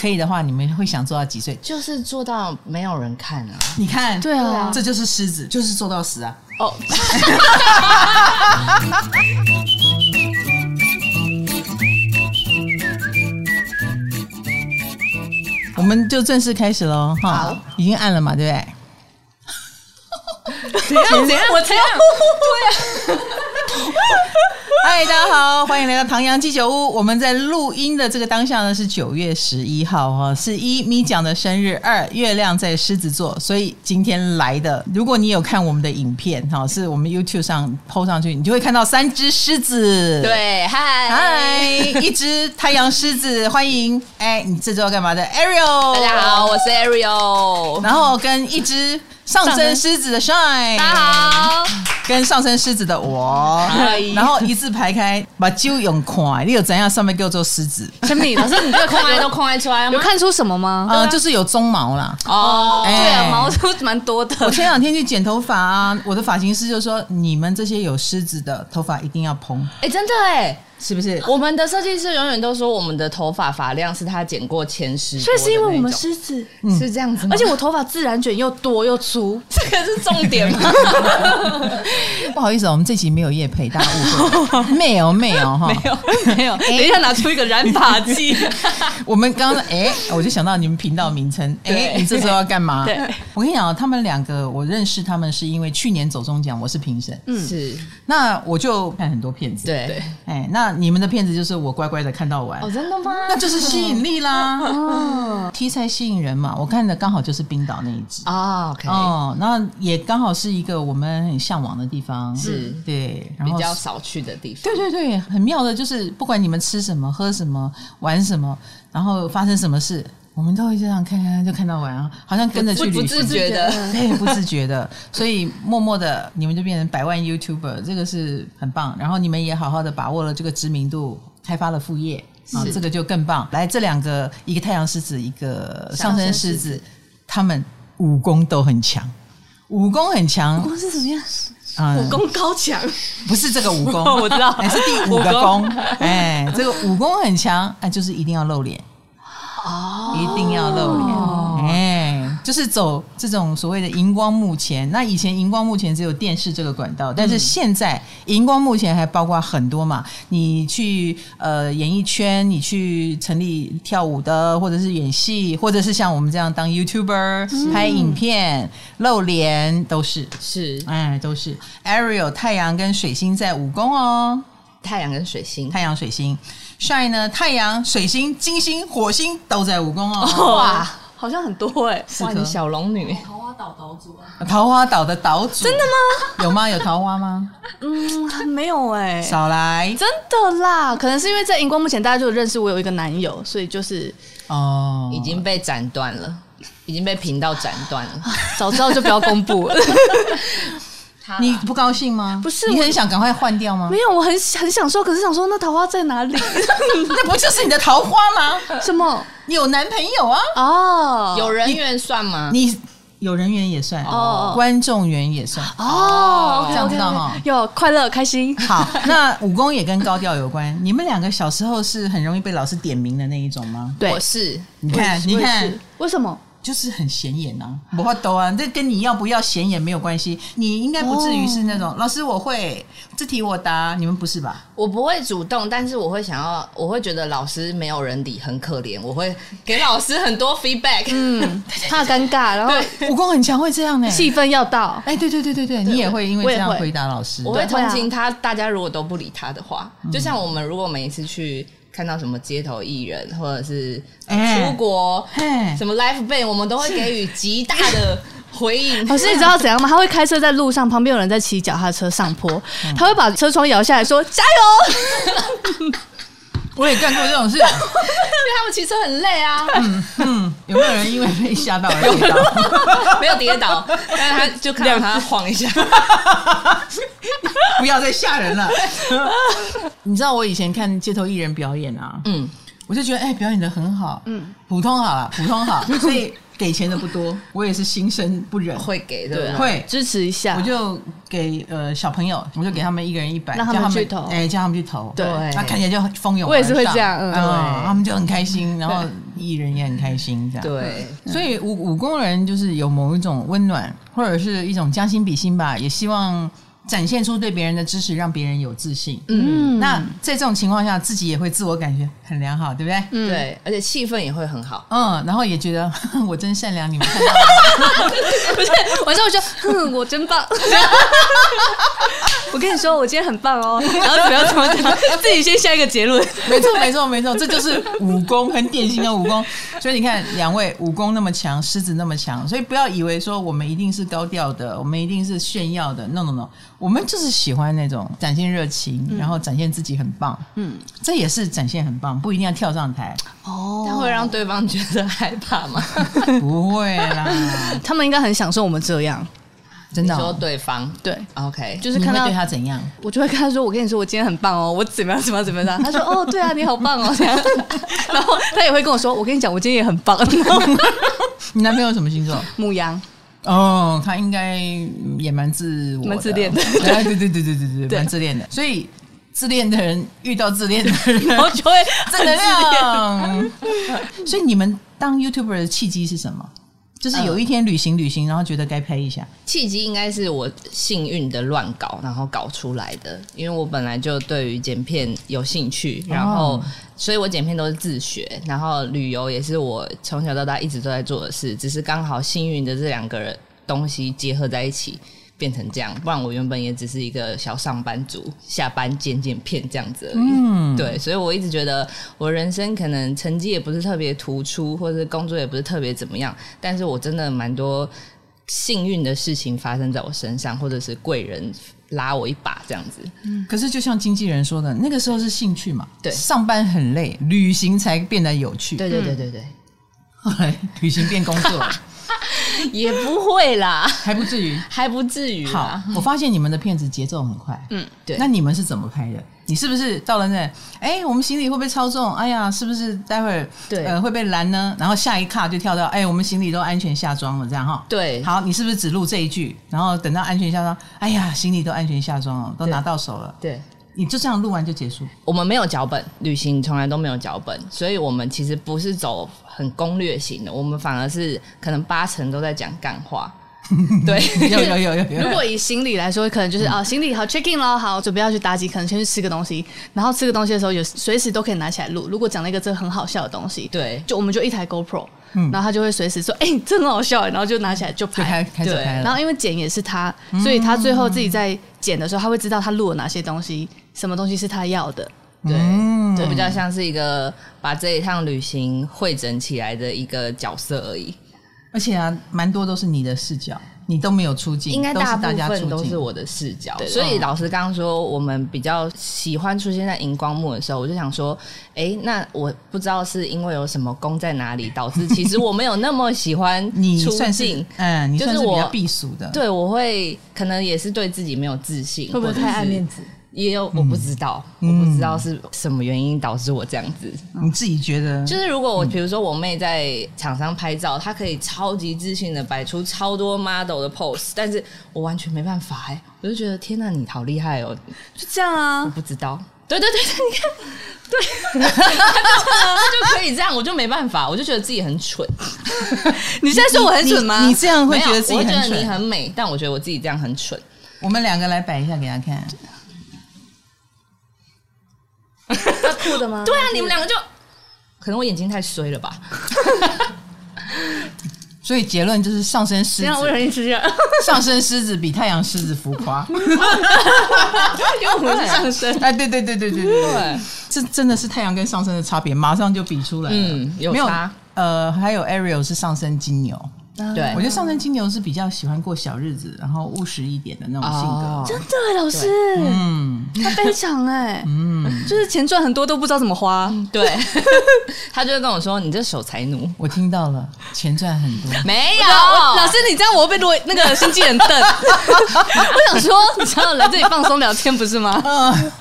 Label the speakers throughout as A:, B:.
A: 可以的话，你们会想做到几岁？
B: 就是做到没有人看啊。
A: 你看，
C: 对啊
A: 这就是狮子，就是做到死啊！
B: 哦，
A: 我们就正式开始喽，哈，已经按了嘛，对不对？
C: 怎样
B: 啊
C: 怎样？我才
A: 嗨，大家好，欢迎来到唐阳鸡酒屋。我们在录音的这个当下呢是九月十一号哈，是一咪讲的生日，二月亮在狮子座，所以今天来的，如果你有看我们的影片哈，是我们 YouTube 上 PO 上去，你就会看到三只狮子。。
B: 对，嗨
A: 嗨，一只太阳狮子，欢迎！哎，你这周要干嘛的？Ariel，
B: 大家好，我是 Ariel，
A: 然后跟一只上升狮子的 Shine，
B: 大家好，
A: 跟上升狮子的我
B: 嗨，
A: 然后一字排开，把酒用看，你有怎样上面给我做狮子？
C: 陈敏老师，你这个看
B: 空来都空来出来了
C: 有
B: 吗？
C: 看出什么吗？
A: 呃，就是有鬃毛啦。
B: 哦
A: 哎
C: 对啊，毛都蛮多的
A: 我。前两天去剪头发啊，我的发型师就说：“你们这些有狮子的头发一定要蓬，
B: 哎、真的哎、
A: 是不是？”
B: 我们的设计师永远都说我们的头发发量是他剪过前十，
C: 所以是因为我们、狮子，
B: 是这样子吗，
C: 而且我头发自然卷又多又粗，
B: 这个是重点吗？
A: 不好意思哦，我们这集没有叶配，大家误会，没有没有哈。
B: 有没有，等一下拿出一个染发剂，
A: 我们刚刚哎，我就想到你们频道名称，哎，
B: 对
A: 你这周要干嘛
B: 对？
A: 我跟你讲哦，他们两个我认识他们是因为去年走中奖，我是评审，
B: 是
A: 那我就看很多片子，
B: 对对
A: 哎，那你们的片子就是我乖乖的看到完，
B: 哦，真的吗？哦
A: 那就是吸引力 啦。题材吸引人嘛，我看的刚好就是冰岛那一集。
B: 啊、o k
A: 哦，那也刚好是一个我们很向往的地方，
B: 是
A: 对，然
B: 比
A: 后
B: 较少去的地方，
A: 对对对，很妙的，就是不管你们吃什么、喝什么、玩什么，然后发生什么事，我们都会这样看看看就看到完啊，好像跟着去
B: 不
A: 旅行
B: 不自觉的，
A: 对，不自觉的，所以默默的你们就变成百万 YouTuber，这个是很棒。然后你们也好好的把握了这个知名度，开发了副业啊，这个就更棒。来，这两个，一个太阳狮子，一个上升狮子，他们武功都很强，武功很强，
C: 我是怎么样？
A: 嗯、
C: 武功高强，
A: 不是这个武 功，
C: 我知道
A: 哎是第五个功，哎，这个武功很强，哎，就是一定要露脸，哦，一定要露脸，哎，就是走这种所谓的荧光幕前。那以前荧光幕前只有电视这个管道，但是现在荧光幕前还包括很多嘛，你去呃演艺圈，你去成立跳舞的，或者是演戏，或者是像我们这样当 YouTuber 拍影片、露脸都是。
B: 是
A: 哎，都是 Ariel 太阳跟水星在五宫哦，
B: 太阳跟水星，
A: 太阳水星帅呢，太阳、水星、金星、火星都在五宫哦。
B: 哇，
C: 好像很多哎。
A: 四
B: 哇，
A: 颗
B: 你小龙女，
A: 桃花岛的岛主，真的吗？有吗？有桃花吗？
C: 嗯，没有哎，
A: 少来
C: 真的啦，可能是因为在荧光幕前大家就认识我有一个男友，所以就是
A: 哦，
B: 已经被斩断了，已经被频道斩断了。
C: 早知道就不要公 布了。
A: 你不高兴吗？
C: 不是
A: 你
C: 我
A: 很想赶快换掉吗
C: 没？有，我很很享受，可是想说那桃花在哪 里？
A: 那不就是你的桃花吗？
C: 什么？
A: 你有男朋友啊？
C: 哦，
B: 有人缘算吗？
A: 你有人缘也算，
C: 哦
A: 观众缘也算。
C: 哦，
A: 这样知道哈
C: 有快乐开心，
A: 好，那武功也跟高调有关。你们两个小时候是很容易被老师点名的那一种吗？
C: 对
B: 我是
A: 你看，你看，
C: 为什么？
A: 就是很显眼啊，不怕抖啊，这跟你要不要显眼没有关系。你应该不至于是那种、老师我会这题我答，你们不是吧？
B: 我不会主动，但是我会想要，我会觉得老师没有人理，很可怜，我会给老师很多 feedback。
C: 嗯， 怕尴尬，然后
A: 武功很强会这样呢、
C: 气氛要 到，
A: 哎，对对对对对，你也会因为
C: 我
A: 这
C: 也
A: 样
C: 会
A: 回答老师
B: 我。会同
C: 对
B: 情他，大家如果都不理他的话，就像我们如果每一次去看到什么街头艺人或者是呃
A: 哎
B: 出国
A: 哎
B: 什么 live band，我们都会给予极大的回应。
C: 老师，哦你知道怎样吗？他会开车在路上，旁边有人在骑脚踏车上坡，他会把车窗摇下来说：“加油
A: 我也干过这种 事，
B: 因为他们骑车很累啊，
A: 嗯，有没有人因为被吓到而跌倒？
B: 没有跌倒，但是他就看到他晃一下。
A: 不要再吓 人了。你知道我以前看街头艺人表演啊，
B: 嗯，
A: 我就觉得哎、表演的很好，嗯，普通好了，普通 好，所以给钱的不多，我也是心生不忍，
B: 会给对不对？
A: 嗯会！”啊
C: 支持一下，
A: 我 就给呃小朋友，我就给他们一个人一百，
C: 让他
A: 叫
C: 们去投
A: 哎，叫他们去投，
C: 对
A: 那看起来就蜂拥而上，
C: 我也是会这样嗯
A: 啊他们就很开心，然后
C: 对
A: 艺人也很开心，这样。
B: 对，
A: 所以务务工人就是有某一种温暖，或者是一种将心比心吧，也希望展现出对别人的支持，让别人有自信。
C: 嗯，
A: 那在这种情况下，自己也会自我感觉很良好，对不对？
C: 嗯
B: 对，而且气氛也会很好。
A: 嗯，然后也觉得 我真善良，你们看到吗
C: 不是，晚上我就哼，我真棒。 我跟你说，我今天很棒哦。然后不要怎么自己先下一个结论。
A: 没错，没错，没错，这就是武功，很典型的武功。所以你看，两位武功那么强，狮子那么强，所以不要以为说我们一定是高调的，我们一定是炫耀的。No No No，我们就是喜欢那种展现热情，然后展现自己很棒。
C: 嗯，
A: 这也是展现很棒，不一定要跳上 台，
C: 哦
B: 但会让对方觉得害怕吗？
A: 不会啦，
C: 他们应该很享受我们这样。
A: 真的
B: 你说
A: 哦、
B: 对方
C: 对，
B: ，OK，
C: 就是看
A: 你会
C: 到
A: 对他怎样？
C: 我就会跟他说：“我跟你说，我今天很棒哦，我怎么样怎么样怎么样。”他 说：“哦，对啊，你好棒哦。”这 样，然后他也会跟我说：“我跟你讲，我今天也很 棒。然后
A: 你男朋友什么星 座？”
C: 母羊，
A: 哦，他应该也蛮自我的，
C: 蛮自恋的
A: 哎对对对对对对，
C: 对
A: 蛮自恋的。所以自恋的人遇到自恋的 人，
C: 然后就会
A: 正能量。 所以你们当 YouTuber 的契机是什么？就是有一天旅行旅行，然后觉得该拍一下。
B: 契机应该是我幸运的乱搞，然后搞出来的。因为我本来就对于剪片有兴趣，然后、所以我剪片都是自学，然后旅游也是我从小到大一直都在做的事，只是刚好幸运的这两个人东西结合在一起。变成这样，不然我原本也只是一个小上班族，下班剪剪片这样子而已。
A: 嗯，
B: 对，所以我一直觉得我人生可能成绩也不是特别突出，或者是工作也不是特别怎么样，但是我真的蛮多幸运的事情发生在我身上，或者是贵人拉我一把这样子。
A: 可是就像经纪人说的，那个时候是兴趣嘛，
B: 对
A: 上班很累，旅行才变得有趣。
B: 对对对对对，
A: 后来 旅行变工作了，
B: 也不会啦，
A: 还不至于。
B: 还不至于啊
A: 好
B: 啦。，
A: 我发现你们的片子节奏很快。
C: 嗯，
B: 对
A: 那你们是怎么拍的？你是不是到了那？哎、我们行李会不会超重？哎呀，是不是待会儿
B: 对
A: 呃会被拦呢？然后下一卡就跳到哎、我们行李都安全下装了，这样哈。
B: 对
A: 好，你是不是只录这一句？然后等到安全下装，哎呀，行李都安全下装了，都
B: 对
A: 拿到手了，
B: 对，
A: 你就这样录完就结束。
B: 我们没有脚本，旅行从来都没有脚本，所以我们其实不是走很攻略型的，我们反而是可能八成都在讲干话。 对，
A: 有有有有
C: 如
A: 有，
C: 果以行李来说，可能就是啊，行李好 check in 了，好，准备要去搭机，可能先去吃个东西，然后吃个东西的时候，有随时都可以拿起来录。如果讲了一个这个很好笑的东西，
B: 对
C: 就我们就一台 GoPro，、
A: 嗯
C: 然后他就会随时说，哎、这很好笑，然后就拿起来就
A: 就开
C: 拍。
A: 开始
B: 对
A: 拍
C: 然
A: 了。
C: 后因为剪也是他，所以他最后自己在剪的时候，他会知道他录了哪些东西，什么东西是他要的。
B: 对，
A: 嗯
B: 就比较像是一个把这一趟旅行汇整起来的一个角色而已。
A: 而且啊，蛮多都是你的视角，你都没有出镜，
B: 应该
A: 嗯都是
B: 大部
A: 大家
B: 分
A: 出
B: 都是
A: 镜。
B: 我的视角，
C: 对
B: 所以老师刚刚说我们比较喜欢出现在荧光幕的时候，我就想说，哎、那我不知道是因为有什么功在哪里，导致其实我没有那么喜欢
A: 你
B: 出
A: 算是
B: 镜。
A: 嗯，你
B: 就是
A: 算是比较
B: 我
A: 避暑的。
B: 对，我会可能也是对自己没有自信，
C: 会不会
B: 或者是
C: 太爱面子？
B: 也有我不知道，
A: 嗯
B: 我不知道是什么原因导致我这样子。
A: 你自己觉得
B: 就是如果我比如说我妹在厂商拍照，她可以超级自信的摆出超多 model 的 pose，但是我完全没办法哎、我就觉得天呐、你好厉害哦！
C: 就这样
B: 我
C: 啊，
B: 不知道，对对对，你看，对，她就可以这样，我就没办法，我就觉得自己很蠢，
C: 你现在说我很蠢吗？
A: 你你这样会觉
B: 没有
A: 得自己
B: 我觉
A: 很
B: 得你
A: 蠢。
B: 很美，但我觉得我自己这样很蠢。
A: 我们两个来摆一下给他看，
C: 酷的吗？
B: 对啊，你们两个就可能我眼睛太衰了吧？
A: 所以结论就是上升狮
C: 这样我
A: 子，
C: 容易吃下，
A: 上升狮子比太阳狮子浮夸。
C: 因为我们是上身。
A: 哎，对对对对对对对，
B: 对，
A: 这真的是太阳跟上升的差别，马上就比出来了。
B: 嗯，有
A: 没有
B: 差，
A: 呃，还有 Ariel 是上升金牛，
B: 对啊
A: 我觉得上升金牛是比较喜欢过小日子，然后务实一点的那种性格。
B: 哦
C: 真的耶老师，
A: 嗯
C: 他非常哎，嗯，就是钱赚很多都不知道怎么花，
B: 对，他就会跟我说：“你这守财奴。”
A: 我听到了，钱赚很 多。
B: 没有，
C: 老师，你这样我会被落那个经纪 人瞪。我想说，你知道来这里放松聊天不 是吗？
A: 嗯，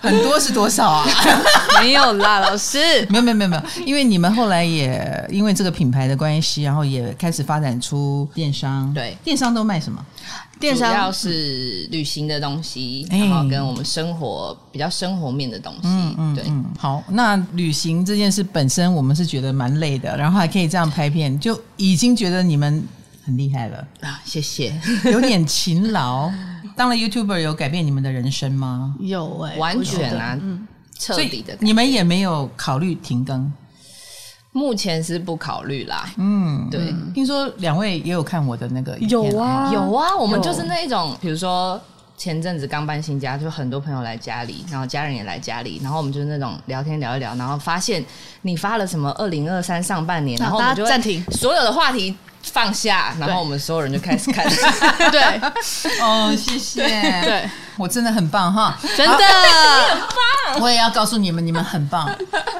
A: 很多是多少啊？
C: 没有啦，老师。
A: 没有没有没有没有，因为你们后来也因为这个品牌的关系，然后也开始发展出电商，
B: 对
A: 电商都卖什么？
C: 电商
B: 主要是旅行的东西，
A: 哎
B: 然后跟我们生活比较生活面的东西，对。
A: 嗯，好，那旅行这件事本身我们是觉得蛮累的，然后还可以这样拍片，就已经觉得你们很厉害了，
B: 啊，谢 谢，
A: 有点勤劳。当了 YouTuber 有改变你们的人生吗？
C: 有哎、
B: 完
C: 我觉
B: 全
C: 得
B: 啊
C: 嗯，
B: 彻
A: 所
B: 底
A: 以
B: 的。
A: 你们也没有考虑停更。
B: 目前是不考虑啦，
A: 嗯，
B: 对，
A: 听说两位也有看我的那个影片
C: 有啊
B: 有啊，我们
C: 有
B: 就是那一种，比如说前阵子刚搬新家，就很多朋友来家里，然后家人也来家里，然后我们就是那种聊天聊一聊，然后发现你发了什么二零二三上半年，然后我
C: 大
B: 们
C: 家
B: 就会
C: 暂停
B: 所有的话题。放下，然
C: 对
B: 后我们所有人就开始 看。
C: 对
A: 哦，谢谢，
C: 对，
A: 我真的很棒哈，
C: 真 的，
A: 我也要告诉你们，你们很棒。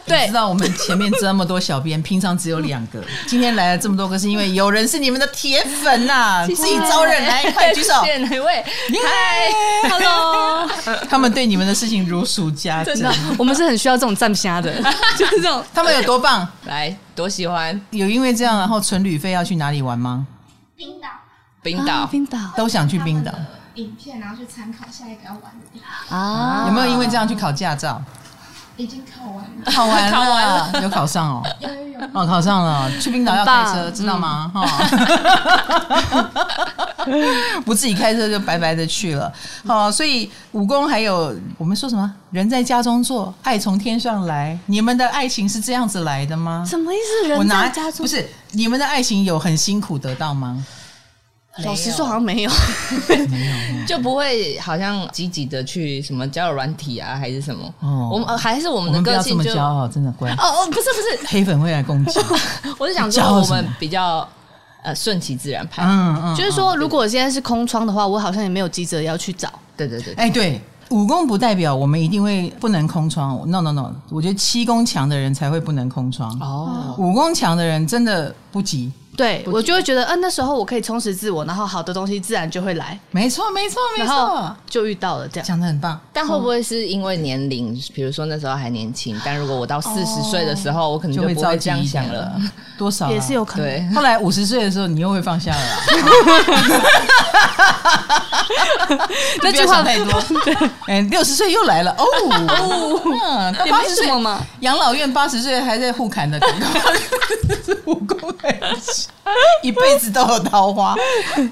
C: 对
A: 你知道我们前面这么多小编，平常只有两个，今天来了这么多个，是因为有人是你们的铁粉呐、
C: 谢谢
A: 自己招人来，快 举手。
B: 谢谢哪位？
A: 嗨，
C: ，Hello，
A: 他们对你们的事情如数家珍
C: 真。的，我们是很需要这种站 虾的，就是这种
A: 他们有多棒？
B: 来，多喜欢
A: 有因为这样，然后存旅费要去哪里玩吗？
D: 冰岛
B: 冰岛
C: 啊，冰岛
A: 都想去冰岛。
D: 他们的影片，然后去参考下一个要玩的地方，
C: 啊，
A: 有没有因为这样去考驾照？
D: 已经考完了，
A: 考完了， 有考上哦。
D: 有有有，
A: 哦，考上了，去冰岛要开车，
C: 很棒嗯
A: 知道吗？哈、 不自己开车就白白的去了。好、所以武功还有我们说什么？人在家中坐，爱从天上来。你们的爱情是这样子来的吗？
C: 什么意思？
A: 我
C: 人
A: 拿
C: 在家中
A: 不是你们的爱情有很辛苦得到吗？
C: 老实说好像没有，
B: 就不会好像积极的去什么交友软体啊，还是什么？
A: 哦
B: 我们呃还是我
A: 我
B: 们的
A: 们不
B: 个
A: 要这
B: 性
A: 么
B: 就
A: 骄傲，真的乖。
C: 哦哦，不是不是，
A: 黑粉会来攻击，
B: 我是想
A: 骄傲
B: 说，我
A: 什么
B: 们比较呃顺其自然派。
A: 嗯嗯，
C: 就是说，如果我现在是空窗的话，我好像也没有急着要去找。
B: 对对对，
A: 哎，对，武功不代表我们一定会不能空窗。No No No，我觉得七功强的人才会不能空窗。
B: 哦，
A: 武功强的人真的不急。
C: 对我就会觉得，嗯、那时候我可以充实自我，然后好的东西自然就会来，
A: 没错，没错，没
C: 然后
A: 错，
C: 就遇到了这样。
A: 讲的很棒。
B: 但会不会是因为年龄？比如说那时候还年轻，但如果我到四十岁的时候，我可能
A: 哦就
B: 就
A: 会
B: 不
A: 着
B: 会
A: 急
B: 这样
A: 一
B: 想
A: 点
B: 了
A: 了。，多少啊
C: 也是有。可能，
B: 对，
A: 后来五十岁的时候，你又会放下了 啦。
C: 那
A: 不
C: 句
A: 要
C: 话
A: 想太多。哎，六十岁又来了哦。嗯，到
C: 也
A: 八
C: 没
A: 十
C: 什
A: 岁
C: 么嘛。
A: 养老院八十岁还在互砍的广告， 这是武功很强一辈子都有桃花。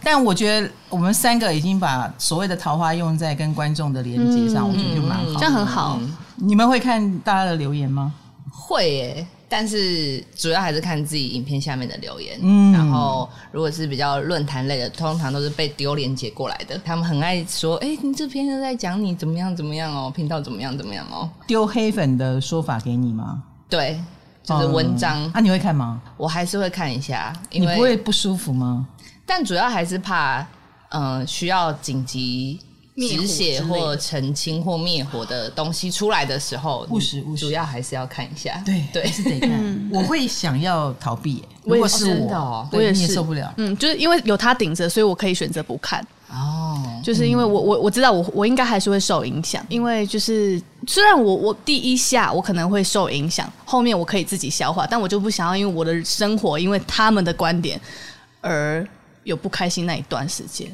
A: 但我觉得我们三个已经把所谓的桃花用在跟观众的连接上，我觉得就蛮好
C: 这。样很好。
A: 嗯你们会看大家的留言吗？
B: 会耶，但是主要还是看自己影片下面的留言。
A: 嗯
B: 然后如果是比较论坛类的，通常都是被丢链接过来的。他们很爱说：“哎、你这篇又在讲你怎么样怎么样哦，频道怎么样怎么样哦。
A: 丢黑粉的说法给你吗？”
B: 对，就是文章，
A: 嗯啊，你会看吗？
B: 我还是会看一下，因
A: 你
B: 为
A: 不会不舒服吗？
B: 但主要还是怕，嗯、需要紧急
C: 灭火
B: 止血
C: 之类的
B: 或澄清或灭火的东西出来的时候，
A: 务实务实
B: 主要还是要看一下。
A: 对，
B: 对
A: 还，是得看。 我会想要逃避耶，
C: 我
A: 如
C: 也
A: 果
C: 是
A: 是
B: 真的
A: 我
B: 哦，
A: 对
C: 我也
A: 你也
C: 是
A: 受不了。
C: 嗯，就是因为有他顶着，所以我可以选择不看。
B: 哦，
C: 就是因为我我我知道我我应该还是会受影响，因为就是虽然我我第一下我可能会受影响，后面我可以自己消化，但我就不想要因为我的生活因为他们的观点而有不开心那一段时间。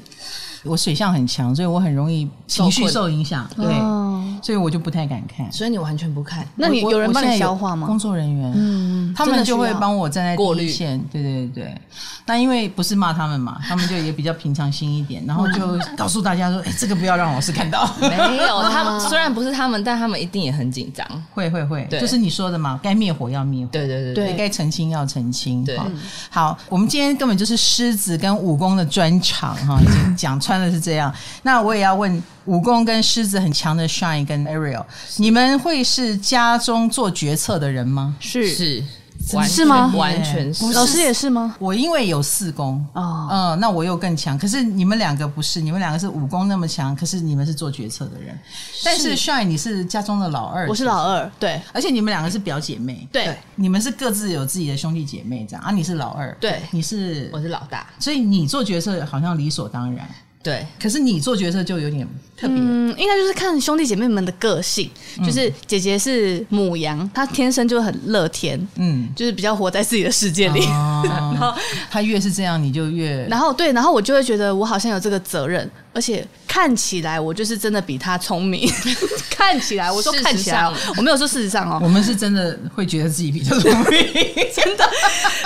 A: 我水象很强，所以我很容易情绪
B: 受
A: 受影响。对，
C: 哦
A: 所以我就不太敢看。
B: 所以你完全不看，
C: 那你
A: 我
C: 有人
A: 我
C: 帮
A: 现在
C: 你
A: 有
C: 消化吗
A: 工？作人员，
C: 嗯
A: 他们就会帮我站在
B: 过
A: 第
B: 滤
A: 一线。对对对对，那因为不是骂他们嘛，他们就也比较平常心一点，然后就
B: 嗯
A: 告诉大家说：“哎、这个不要让老师看到。
B: 没有他们，虽然不是他们，但他们一定也很紧张。”
A: 会会会，
B: 对
A: 就是你说的嘛，该灭火要灭火。
B: 对对对
C: 对
A: 对，该澄清要澄清。
B: 对
A: 哈好，我们今天根本就是狮子跟武功的专场哈，已经讲穿了是这 样。那我也要问，武功跟狮子很强的 Shine 跟 Ariel，你们会是家中做决策的人吗？
C: 是
B: 是
C: 的
B: 完
C: 是吗
B: 完全是
A: 不。
C: 老师也是吗？
A: 我因为有四宫，
C: 哦
A: 嗯、那我又更强。可是你们两个不是，你们两个是武功那么强，可是你们是做决策的人。但是 Shine 你是家中的老二，
C: 我是老二，对
A: 而且你们两个是表姐妹，
C: 对，
A: 你们是各自有自己的兄弟姐妹这样啊。你是老二，
C: 对
A: 你是
B: 我是老大，
A: 所以你做决策好像理所当然，
B: 对，
A: 可是你做决策就有点特别，
C: 嗯，应该就是看兄弟姐妹们的个性，就是姐姐是母羊，她天生就很乐天，
A: 嗯，
C: 就是比较活在自己的世界里。
A: 哦
C: 然 后，
A: 他越是这样，你就越
C: 然后对，然后我就会觉得我好像有这个责任，而且看起来我就是真的比她聪明。 看起来，我说
B: 事实
C: 看起来哦，
B: 上
C: 我没有说事实上 哦
A: 我，们是真的会觉得自己比较聪明，
C: 真的。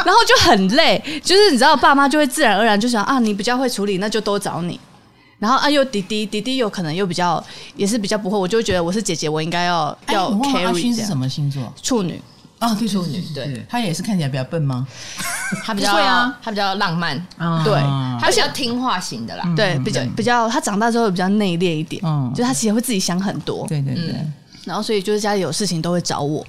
C: 然后就很累，就是你知道，爸妈就会自然而然就想啊，你比较会处理，那就都找你。然后啊，又弟弟，弟弟有可能又比较也是比较不会，我就会觉得我是姐姐，我应该要
A: 哎
C: 要
A: 我忘了阿
C: carry 哦
A: 勋
C: 这
A: 是什
C: 样。
A: 么星座？
C: 处女，
A: 啊，对，处
B: 女对
A: 他也是看起来比较笨吗？
B: 他比较
A: 不会啊
B: 他比较浪漫，
A: 啊
C: 对
B: 他比较听话型的啦。
C: 对，比较比较，他长大之后比较内敛一点，
A: 嗯
C: 就他其实会自己想很多，
A: 对对对，
C: 然后所以就是家里有事情都会找我，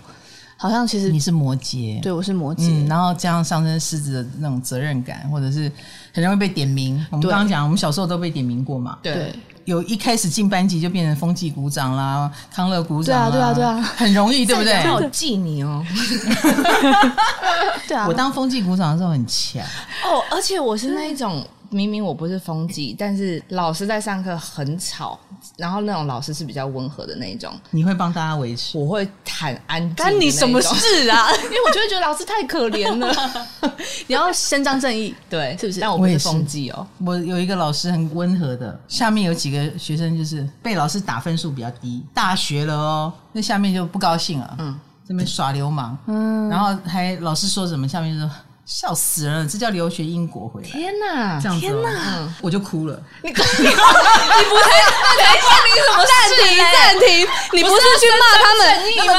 C: 好像其实
A: 你是摩羯，
C: 对我是摩羯，
A: 嗯，然后加上上升狮子的那种责任感，或者是很容易被点名。我们
C: 对
A: 刚刚讲，我们小时候都被点名过嘛。
C: 对
B: 对，
A: 有一开始进班级就变成风纪鼓掌啦、康乐鼓掌啦，
C: 对啊对啊对啊
A: 很容易，对不对？
B: 我记你哦，
C: 对啊，
A: 我当风纪鼓掌的时候很强，
B: 哦， 而且我是那一种，明明我不是风纪，但是老师在上课很吵，然后那种老师是比较温和的那一种，
A: 你会帮大家维持。
B: 我会很安静。
C: 干你什么？事 啊？
B: 因为我就会觉得老师太可怜了。
C: 你要伸张正义，
B: 对，
C: 是不是
B: 但我
A: 我
B: 不
A: 也
B: 是
A: 是
B: 风纪哦，
A: 我有一个老师很温和的，下面有几个学生就是被老师打分数比较低，大学了哦，那下面就不高兴了，嗯
B: 嗯，
A: 这边耍流氓，嗯，然后还老师说什么，下面就说笑死人了，这叫留学英国回来，
B: 天哪
A: 这！样子、哦，天
B: 嗯
A: 我就哭了。
B: 你你不是你
C: 哎
B: 什么事
C: 暂停暂停，你不是去骂他们，
B: 你吗？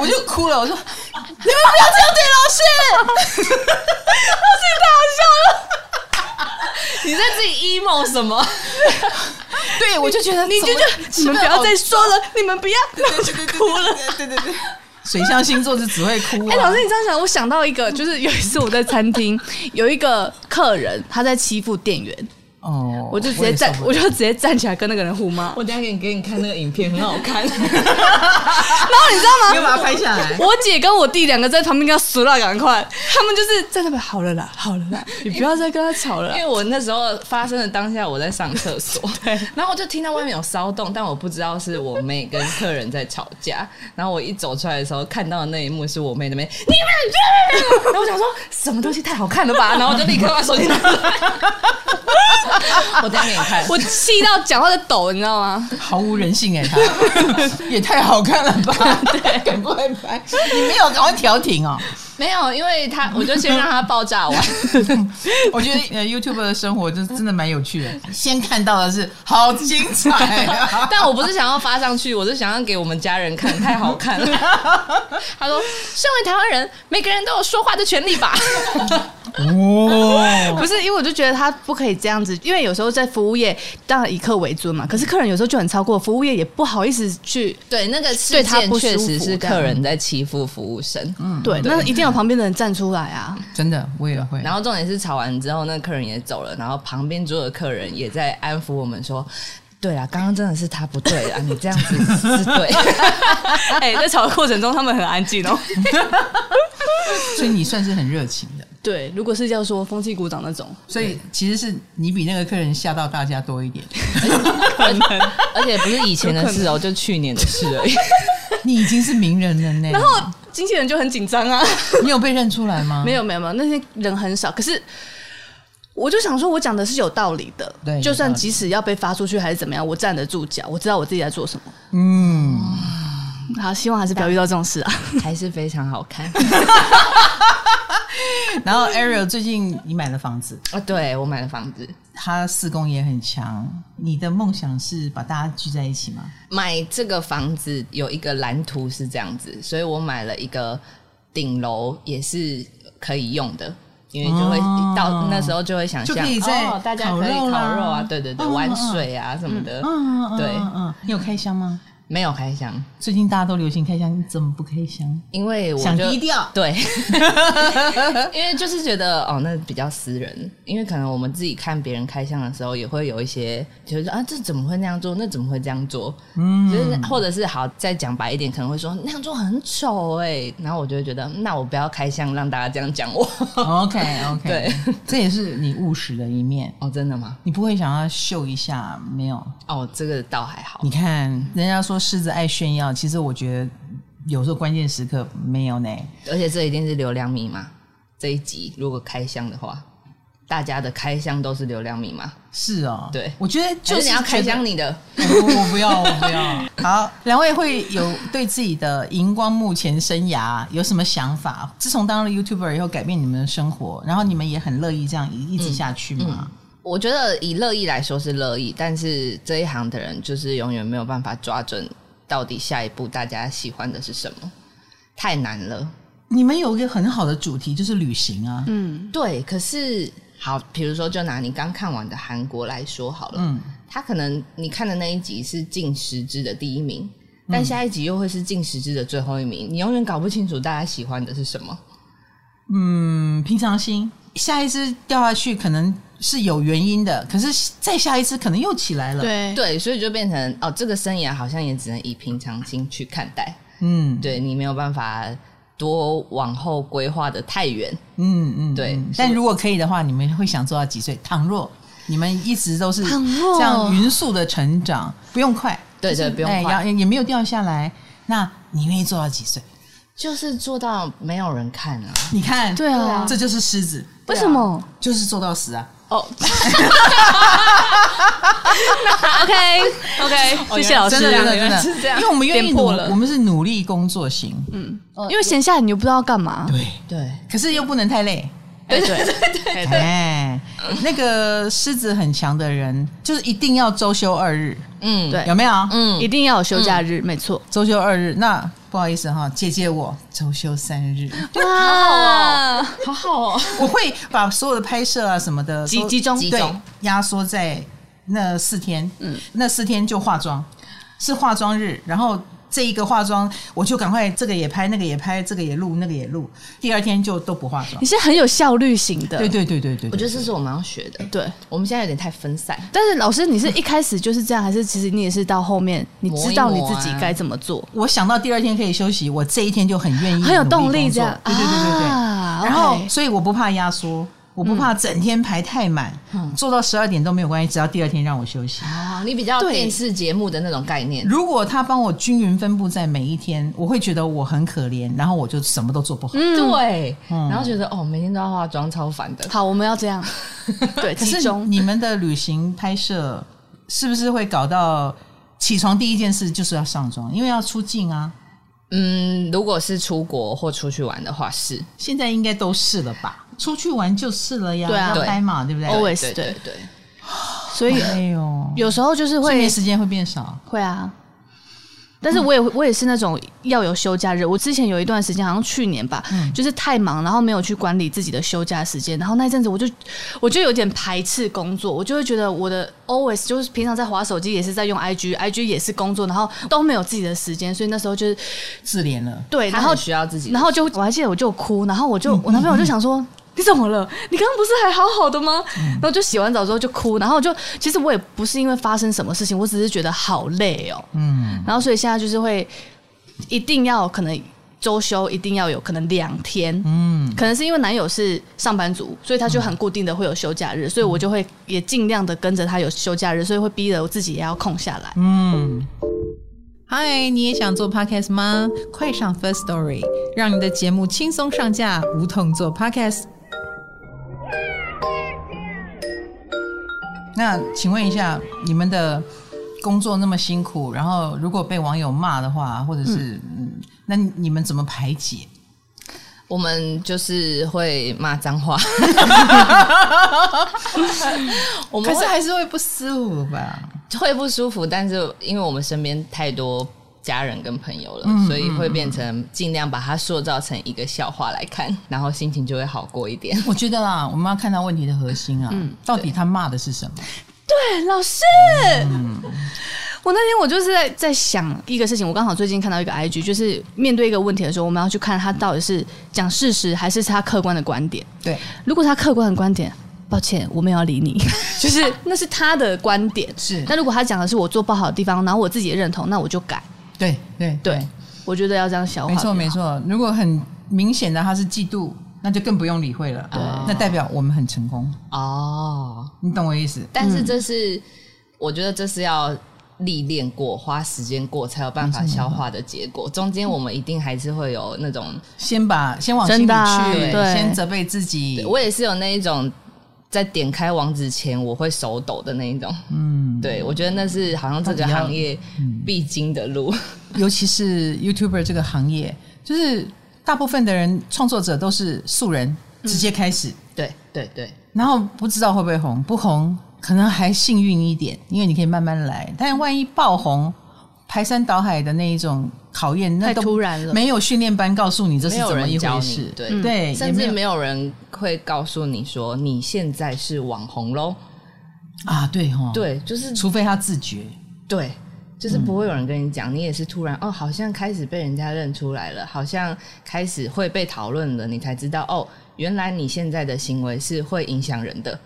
A: 我就哭了，我说你们不要这样对老师。
B: 你在自己 emo 什么？
A: 对，我就觉得你
C: 你就就你哦们不要再说了，你们不要，我就哭了。
A: 对对对，水象星座是只会哭、啊。
C: 哎、老师，你这样讲，我想到一个，就是有一次我在餐厅，有一个客人他在欺负店员，
A: 哦，
C: 我就直接站，我就直接站起来跟那个人互骂。
B: 我等下给你给你看那个影片，很好 看。
C: 然后你知道吗？
A: 你要把它拍下来。
C: 我姐跟我弟两个在旁边跟他死了，赶快！他们就是在那边好了啦，好了啦，你不要再跟他吵了
B: 因
C: 啦。
B: 为我那时候发生的当下，我在上厕 所，然后我就听到外面有骚动，但我不知道是我妹跟客人在吵架。然后我一走出来的时候，看到的那一幕是我妹那边，你们这，然后我想说什么东西太好看了 吧，然后我就立刻把手机拿出来。 我等一下给你看，
C: 我气到讲话在抖，你知道吗？
A: 毫无人性哎、他 也太好看了吧？对，赶快拍！你没有赶快调停哦。
B: 没有，因为他我就先让他爆炸 完。
A: 我觉得呃，YouTube 的生活就真的蛮有趣的。先看到的是好精彩 啊！
B: 但我不是想要发上去，我是想要给我们家人看，太好看了。他说：“身为台湾人，每个人都有说话的权利吧？
A: 哦，
C: 不是，因为我就觉得他不可以这样子，因为有时候在服务业当然以客为尊嘛，可是客人有时候就很超过，服务业也不好意思去。
B: 对，那个事
C: 对他
B: 件
C: 不舒
B: 确
C: 服
B: 实是
C: 这样
B: 客人在欺负服务生。嗯，
C: 对，那一定有旁边的人站出来啊！
A: 真的我也会。
B: 然后重点是吵完之后，那个客人也走了，然后旁边桌的客人也在安抚我们说。”对啊，刚刚真的是他不对啊，你这样子是对。
C: 哎、在吵的过程中，他们很安静哦。
A: 所以你算是很热情的。
C: 对，如果是要说风气鼓掌那种，
A: 所以其实是你比那个客人吓到大家多一点，
B: 而且不是以前的事哦，就去年的事而已。
A: 你已经是名人了呢。
C: 然后经纪人就很紧张啊。
A: 你有被认出来吗？
C: 没
A: 有，
C: 有没有没有，那些人很少。可是我就想说，我讲的是有道理的，
A: 对
C: 就算
A: 有道理
C: 即使要被发出去还是怎么样，我站得住脚，我知道我自己在做什么。
A: 嗯，
C: 好，希望还是不要遇到这种事啊。
B: 还是非常好看
A: 然后 Ariel 最近你买了房子，
B: 啊！对我买了房子，
A: 他四宫也很强。你的梦想是把大家聚在一起吗？
B: 买这个房子有一个蓝图是这样子，所以我买了一个顶楼也是可以用的，因为就会、
A: 哦
B: 到那时候就会想
A: 就
B: 象
A: 可以在
B: 哦，大家可以
A: 烤
B: 烤
A: 肉啦
B: 肉啊，对对对，
A: 嗯嗯
B: 玩水啊什么的。
A: 嗯嗯嗯
B: 对
A: 嗯嗯，你有开箱吗？
B: 没有开箱，
A: 最近大家都流行开箱，你怎么不开 箱？
B: 因为我
A: 想
B: 就
A: 低调，
B: 对， 因为就是觉得哦，那比较私人，因为可能我们自己看别人开箱的时候，也会有一些觉得啊，这怎么会那样做？那怎么会这样做？
A: 嗯
B: 就是或者是好再讲白一点，可能会说那样做很丑哎、然后我就会觉得，那我不要开箱让大家这样讲我。
A: 哦，OK OK，
B: 对，
A: 这也是你务实的一面，
B: 哦，真的吗？
A: 你不会想要秀一下没有？
B: 哦，这个倒还好
A: 你。看人家说狮子爱炫耀，其实我觉得有时候关键时刻没有呢。
B: 而且这一定是流量密码。这一集如果开箱的话，大家的开箱都是流量密码。
A: 是哦，
B: 对
A: 我觉得就是
B: 还是你要开
A: 觉得哦
B: 箱你的，
A: 我不要，我不 要。好，两位会有对自己的荧光幕前生涯有什么想法？自从当了 YouTuber 以后，改变你们的生活，然后你们也很乐意这样一一直下去吗？
B: 我觉得以乐意来说是乐意，但是这一行的人就是永远没有办法抓准到底下一步大家喜欢的是什么，太难了。
A: 你们有一个很好的主题，就是旅行啊。
C: 嗯，
B: 对，可是好，比如说就拿你刚看完的韩国来说好了，
A: 嗯，
B: 他可能你看的那一集是进十支的第一名，但下一集又会是进十支的最后一名，你永远搞不清楚大家喜欢的是什么。
A: 嗯，平常心。下一只掉下去可能是有原因的，可是再下一只可能又起来了。，
C: 对，
B: 对，所以就变成哦，这个生涯好像也只能以平常心去看待，
A: 嗯，，
B: 对你没有办法多往后规划的太远。
A: 嗯嗯，
B: 对
A: 嗯
B: 是
A: 但如果可以的话，你们会想做到几岁？倘若你们一直都是
C: 倘若
A: 这样匀速的成长，不用快，
B: 对
A: 就是
B: 对不用
A: 哎
B: 快
A: 然后也没有掉下来。那你愿意做到几岁？
B: 就是做到没有人看 啊！
A: 你看，
C: 对啊
A: 这就是狮子，
C: 为什么？
A: 就是做到死啊！
B: 哦，
C: OK OK，谢 谢老师，
B: 哦
C: 啊
A: 真的真的真的
B: 是这样
A: 因为我们愿意
C: 点
A: 努，
C: 破了嗯
A: 我们是努力工作型，
C: 因为闲下来你又不知道要干嘛，
A: 对，
B: 对，
A: 可是又不能太累。
C: 对对对 对
A: 哎，那个狮子很强的人，就是一定要周休二日，
B: 嗯，
C: 对
A: 有没有？
B: 嗯，
C: 一定要有休假日，没错。
A: 周休二日，那不好意思哈，姐姐我周休三 日，
C: 哇，
B: 好好哦，
A: 我会把所有的拍摄啊什么的
C: 集
A: 都
C: 集中
B: 集
A: 对
B: 中
A: 压缩在那四天，嗯，那四天就化妆，是化妆日，然后。这一个化妆，我就赶快这个也拍，那个也拍，这个也录，那个也录。第二天就都不化 妆
C: 你。是很有效率型的，
A: 对对对对对，
B: 我觉得这是我们要学的。
C: 对。
B: 我们现在有点太分散，
C: 但是老师，你是一开始就是这样，还是其实你也是到后面你知道你
B: 磨一
C: 自
B: 磨啊
C: 己该怎么做，
A: 我想到第二天可以休息，我这一天就很愿意，
C: 很有动力这样？
A: 对对对对对。
C: 啊
A: 然后，
C: OK 嗯
A: 所以我不怕压缩，我不怕整天排太满，做到十二点都没有关系，只要第二天让我休息。
B: 哦，你比较
C: 对
B: 电视节目的那种概念，
A: 如果他帮我均匀分布在每一天，我会觉得我很可怜，然后我就什么都做不好。
C: 嗯，
B: 对，然后觉得哦，每天都要化妆，超烦的。
C: 好，我们要 这样，对，
A: 可
C: 集
A: 是
C: 中，
A: 你们的旅行拍摄是不是会搞到起床第一件事就是要上妆，因为要出镜啊？
B: 嗯，如果是出国或出去玩的话，是
A: 现在应该都是了吧？出去玩就是了呀，
C: 对啊
A: 要拍嘛，对不对？
C: Always
B: 对对对，
C: 所以
A: 哎呦，
C: 有时候就是
A: 睡
C: 会
A: 眠时间会变少。
C: 会啊。但是我
B: 嗯
C: 也我也是那种要有休假日。我之前有一段时间，好像去年吧，
B: 嗯
C: 就是太忙，然后没有去管理自己的休假时间。然后那一阵子，我就我就有点排斥工作，我就会觉得我的 always 就是平常在划手机，也是在用 IG，IG 也是工作，然后都没有自己的时间。所以那时候就是
A: 自怜了，
C: 对，然
B: 他
C: 后
B: 很需要自己的嗯
C: 然后就我还记得我就哭，然后我就我男朋友就想说。你怎么了？你刚刚不是还好好的吗？
B: 嗯
C: 然后就洗完澡之后就哭，然后就其实我也不是因为发生什么事情，我只是觉得好累哦。
A: 嗯，
C: 然后所以现在就是会一定要可能周休一定要有可能两天，嗯，可能是因为男友是上班族，所以他就很固定的会有休假日，所以我就会也尽量的跟着他有休假日，所以会逼得我自己也要空下来。
A: 嗯，
E: 嗨，你也想做 podcast 吗？快上 First Story，让你的节目轻松上架，无痛做 podcast。
A: 那请问一下，你们的工作那么辛苦，然后如果被网友骂的话，或者是嗯，那你们怎么排解？
B: 我们就是会骂脏话，我们
A: 可是
B: 会
A: 还是会不舒服吧？
B: 会不舒服，但是因为我们身边太多家人跟朋友了，所以会变成尽量把它塑造成一个笑话来看，然后心情就会好过一点。
A: 我觉得啦，我们要看到问嗯题的核心啊，到底他骂的是什么？
C: 对，老师，我那天我就是在在想一个事情，我刚好最近看到一个 IG，就是面对一个问题的时候，我们要去看他到底是讲事实还是他客观的观点。
A: 对，
C: 如果他客观的观点，抱歉，我没有要理你， 就是那是他的观点。
A: 是
C: 嗯那如果他讲的是我做不好的地方，然后我自己也认同，那我就改。
A: 对对
C: 对，我觉得要这样消化。
A: 没错没。错。如果很明显的他是嫉妒，那就更不用理会了。啊
B: 对
A: 那代表我们很成功，
B: 哦，
A: 你懂我意思？
B: 但是这是、我觉得这是要历练过、花时间过才有办法消化的结果。中间我们一定还是会有那种，
A: 先把先往心里
C: 真
A: 去，
C: 的啊对
A: 先责备自己。
B: 我也是有那一种。在点开网址前，我会手抖的那一种。
A: 嗯，
B: 对，我觉得那是好像这个
A: 到底要
B: 行业必经的路。
A: 尤其是 YouTuber 这个行业，就是大部分的人创作者都是素人，直接开始，
B: 对对对，
A: 然后不知道会不会红，不红可能还幸运一点，因为你可以慢慢来。但万一爆红，排山倒海的那一种考验，那
C: 太
A: 都
C: 突然了
A: 没有训练班告诉你这是
B: 没有
A: 怎么
B: 人
A: 一
B: 教
A: 回
B: 你
A: 事，
B: 对
A: 对，也
B: 甚至哎没有人会告诉你说你现在是网红喽。
A: 啊，对哈，，
B: 对，就是
A: 除非他自觉，
B: 对，就是不会有人跟你讲，你也是突然哦，好像开始被人家认出来了，好像开始会被讨论了，你才知道哦，原来你现在的行为是会影响人的，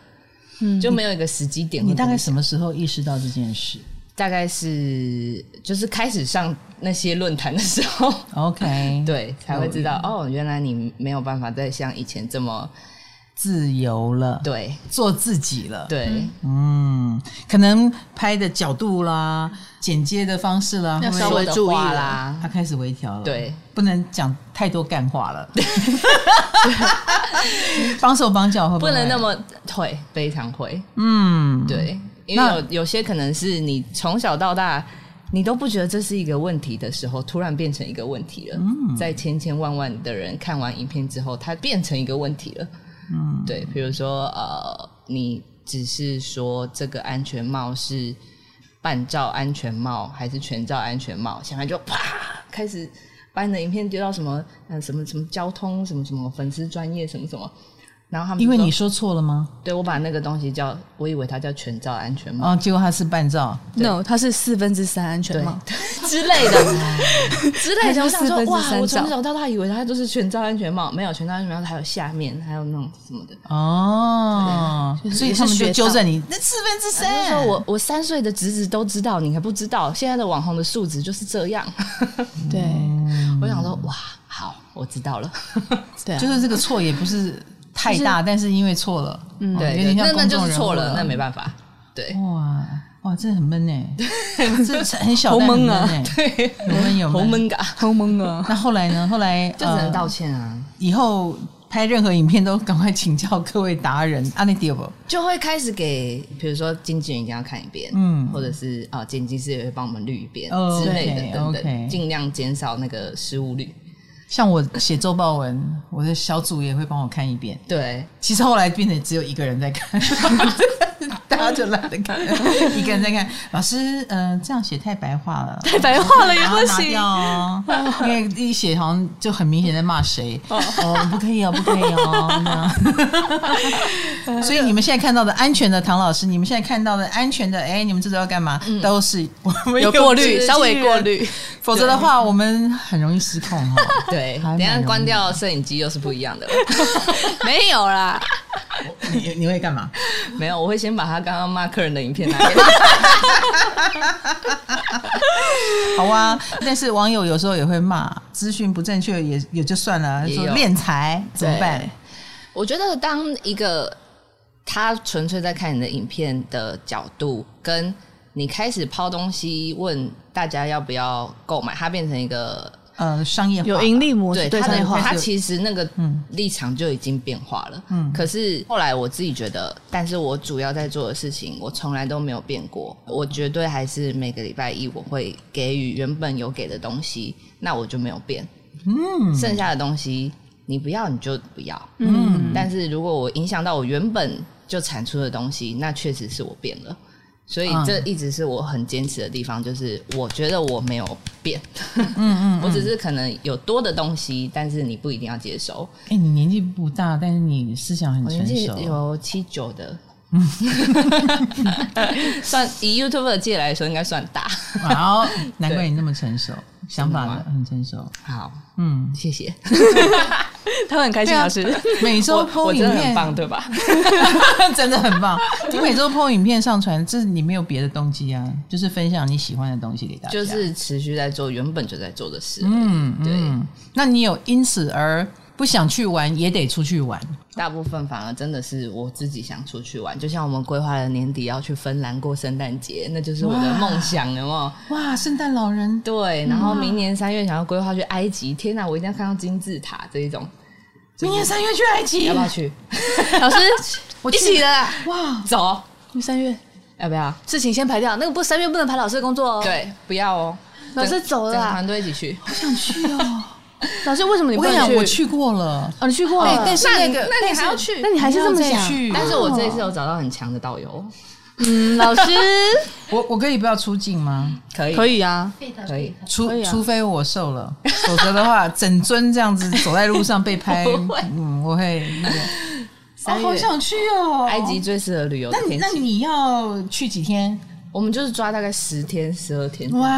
C: 嗯，
B: 就没有一个时机点会
A: 你
B: 跟
A: 大
B: 讲。
A: 概什么时候意识到这件事
B: 大概是就是开始上那些论坛的时候，
A: ？OK，，
B: 对，才会知道哦，原来你没有办法再像以前这么
A: 自由了，，
B: 对
A: 做自己了，
B: 对。
A: 嗯，可能拍的角度啦、剪接的方式啦，
C: 要
A: 会
C: 稍微
B: 说的
C: 注意
B: 话
C: 了
B: 啦，
A: 他开始微调了，
B: 对，
A: 不能讲太多干话了， 帮手帮脚会不
B: 不
A: 会
B: 能那么会，非常会。
A: 嗯，
B: 对，因为
A: 那
B: 有有些可能是你从小到大，你都不觉得这是一个问题的时候，突然变成一个问题了。
A: 嗯
B: 在千千万万的人看完影片之后，它变成一个问题了。嗯，对，比如说呃，你只是说这个安全帽是半罩安全帽还是全罩安全帽，小孩就啪开始。把你的影片丢到什么呃什么什么交通什么什么粉丝专业什么什么，然后他们
A: 因为
B: 就说
A: 你说错了吗？
B: 对，我把那个东西叫，我以为它叫全罩安全帽、
A: 哦，结果他是半照，
C: No，它是四分之三安全
B: 对
C: 帽。
B: 之类 的之类
C: 它
B: 的。
C: 叫
B: 我想说
C: 四分，之
B: 哇，
C: 三
B: 我从
C: 罩
B: 小到大以为它都是全罩安全帽，没有全罩安全帽，还有下面还有那种什么的。
A: 哦，
C: 对就是
A: 所以
C: 也是
A: 他们就
C: 学
A: 纠
C: 到
A: 正你，那四分之
B: 我哎就
A: 三，
B: 说我我三岁的侄子都知道，你还不知道？现在的网红的素质就是这样。
C: 对
B: 我想说，哇，好，我知道了。
C: 对啊，
A: 就是这个错也不是太大，但是因为错了，嗯
B: 对对，那那就是错了，那没办法。对，
A: 哇哇，这很闷 哎，这是很小，
C: 好
A: 但很
C: 闷啊
A: 闷欸有闷有
B: 红
A: 闷。
B: 闷嘎，
C: 偷蒙啊。
A: 那后来呢？后来
B: 就只能
A: 呃
B: 道歉啊。
A: 以后拍任何影片都赶快请教各位达人，阿内迪不？
B: 就会开始给，比如说经纪人一定要看一遍，
A: 嗯
B: 嗯，或者是啊、剪辑师也会帮我们滤一遍、
A: 哦
B: 之类的
A: OK，
B: 等
A: OK
B: 等，尽量减少那个失误率。
A: 像我写周报文，我的小组也会帮我看一遍。
B: 对，
A: 其实后来变成只有一个人在看， 大家就懒得看， 一个人在看。老师，嗯、这样写太白话了，
C: 太白话了也不
A: 拿
C: 行
A: 掉。哦，因为一写好像就很明显在骂谁，哦，不可以哦，不可以哦， 那样。所以你们现在看到的安全的唐老师，你们现在看到的安全的，哎，你们这周要干嘛？都是我们
C: 嗯有过滤
A: 知识
C: 稍微过滤，
A: 否则的话我们很容易失控哦。
B: 对，
A: 还蛮
B: 等一
A: 容
B: 下
A: 易
B: 关掉摄影机又是不一样的了。
C: 没有啦，
A: 你你会干嘛？
B: 没有，我会先把他刚刚骂客人的影片拿 给
A: 好啊，但是网友有时候也会骂，资讯不正确也也就算了，
B: 也
A: 说
B: 有
A: 敛财怎么办
C: 对？
B: 我觉得当一个他纯粹在看你的影片的角度，跟你开始抛东西问大家要不要购买，它变成一个
A: 呃，商业化
C: 有盈利模式，
B: 对他
C: 商业
B: 的
C: 化
B: 他其实那个
A: 嗯
B: 立场就已经变化了。
A: 嗯
B: 可是后来我自己觉得，但是我主要在做的事情，我从来都没有变过。我绝对还是每个礼拜一我会给予原本有给的东西，那我就没有变。嗯，剩下的东西你不要你就不要。嗯，但是如果我影响到我原本就产出的东西，那确实是我变了。所以
A: 嗯
B: 这一直是我很坚持的地方，就是我觉得我没有变，嗯嗯，我只是可能有多的东西，但是你不一定要接受。
A: 哎、你年纪不大，但是你思想很
B: 我
A: 成
B: 年纪
A: 嗯熟。嗯
B: 有七九的， 算以 YouTube 的界来说，应该算大。
A: 好，难怪你那么成熟，想法
B: 真的吗
A: 很成熟。
B: 好，
A: 嗯，
B: 谢谢。
C: 他们很开心，
A: 对啊
C: 老师。
A: 每周 PO
B: 我
A: 影
B: 真的很
A: 片，
B: 棒，对吧？
A: 真的很棒。你每周 PO 影片上传，这你没有别的动机啊，就是分享你喜欢的东西给大家。
B: 就是持续在做原本就在做的事，
A: 嗯，
B: 对
A: 嗯那你有因此而不想去玩，也得出去玩。
B: 大部分反而真的是我自己想出去玩，就像我们规划了年底要去芬兰过圣诞节，那就是我的梦想，有没有？
A: 哇，圣诞老人
B: 对，然后明年三月想要规划去埃及，天哪，我一定要看到金字塔这一种，
A: 明年三月去埃及
B: 要不要去？
C: 老师，
A: 我
C: 一起
A: 去
C: 的啦。
A: 哇，
B: 走，
C: 三月
B: 要不要？
C: 事情先排掉，那个不三月不能排老师的工作哦。，
B: 对，不要哦，
C: 老师走了
B: 整个
C: 啦。
B: 团队一起去。
C: 老师为什么你
A: 我
C: 不
A: 跟你
C: 能
A: 讲，
C: 去？
A: 我，去过了。
C: 哦，你去过
A: 哎
C: 了。
A: 但是
B: 那你
A: 个，
B: 那你还要
A: 但是
B: 去
C: 那你还是这么
A: 没有再
C: 讲
A: 去
B: 但是我这一次有找到很强的导游，
C: 嗯，老师
A: 我我可以不要出镜吗？
B: 可以，
C: 可以啊。
D: 费德
B: 可以，
A: 除、
C: 可以啊
A: 除非我瘦了，否则的 话，整尊这样子走在路上被拍，
B: 不会
A: 嗯，我会那个。
B: 三月
A: 去哦
B: 埃及。最适合旅游的
A: 那你
B: 天
A: 那
B: 气。
A: 你要去几天？
B: 我们就是抓大概十天、十二天。
A: 哇，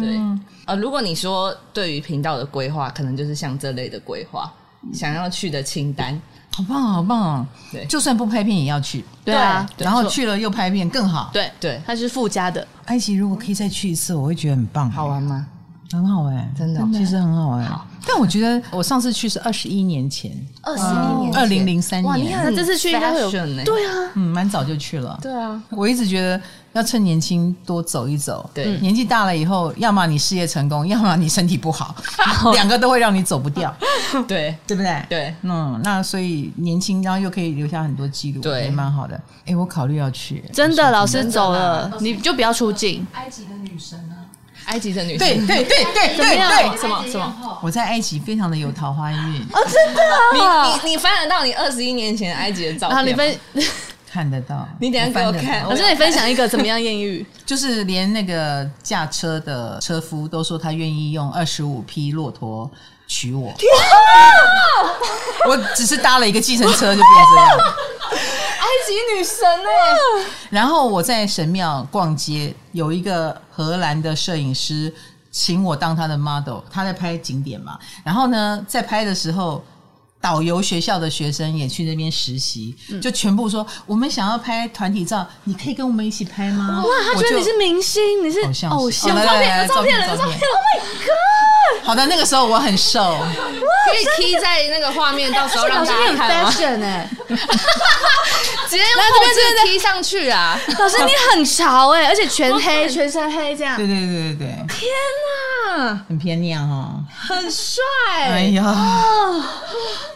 B: 对，呃，如果你说对于频道的规划，可能就是像这类的规划，想要去的清单。
A: 好棒好棒哦！
B: 对
A: 就算不拍片也要去，
C: 对啊，
A: 然后去了又拍片更好。
C: 对，
B: 对，
C: 它是附加的。
A: 埃及如果可以再去一次，我会觉得很棒，
B: 好，玩吗？
A: 很好哎，
B: 真的哦
A: 其实很好哎。但我觉得我上次去是二十一年前，
B: 二十一
A: 二零零三
B: 哇，你
A: 年，
B: 很
C: 那这次去应该会有
B: fashion 欸
C: 对啊，
A: 嗯，蛮早就去了。
B: 对啊，
A: 我一直觉得要趁年轻多走一走。
B: 对
C: 嗯
A: 年纪大了以后，要么你事业成功， 要么你身体不 好，两个都会让你走不掉，
B: 对
A: 对不对？。
B: 对，
A: 嗯，那所以年轻，然后又可以留下很多记录，
B: 对
A: 也蛮好的。哎，我考虑要去。
C: 真的，老师走了，你就不要出镜。
D: 埃及的女神
F: 啊
D: 呢？
B: 埃及的女
A: 对
B: 性，
A: 对对对
C: 怎么
A: 对
C: 样
A: 对，
C: 什么哦
D: 埃及
C: 什么
D: 艳后？
A: 我在埃及非常的有桃花运，
C: 啊
B: 你你你翻得到你二十一年前埃及的照片
C: 然
B: 吗？
C: 后你 分，
A: 看得到。
B: 你等一下给
A: 翻
B: 我
A: 得
B: 看
A: 到
C: 老师你分享一个怎么样艳遇？
A: 就是连那个驾车的车夫都说他愿意用二十五匹骆驼娶我。我只是搭了一个计程车就变这样。
B: 埃及女神哎，
A: 然后我在神庙逛街，有一个荷兰的摄影师请我当他的 model，他在拍景点嘛。然后呢，在拍的时候。导游学校的学生也去那边实习，就全部说我们想要拍团体照，你可以跟我们一起拍吗？
C: 哇，他
A: 我
C: 觉
A: 就
C: 得你是明星，你是
A: 偶像
C: 偶
A: 哦
C: 像。
A: 来
C: 照
A: 来来
C: 片，照片，
A: 照片
C: 照
A: 照
C: 片
A: 片
C: ，Oh my God！
A: 好的，那个时候我很瘦，
B: 可以 key 在那个画面，到 时候让
C: Oh 老师
B: 大
C: 你
B: 家
C: 很
B: 看吗？
C: fashion 哎，
B: 直接用后置 key 上去啊！
C: 老师你很潮哎，而且全黑，全身黑这样
A: 对。对对对对，天哪，很偏亮哦。
B: 很帅，
A: 哎
B: 啊
A: 呀，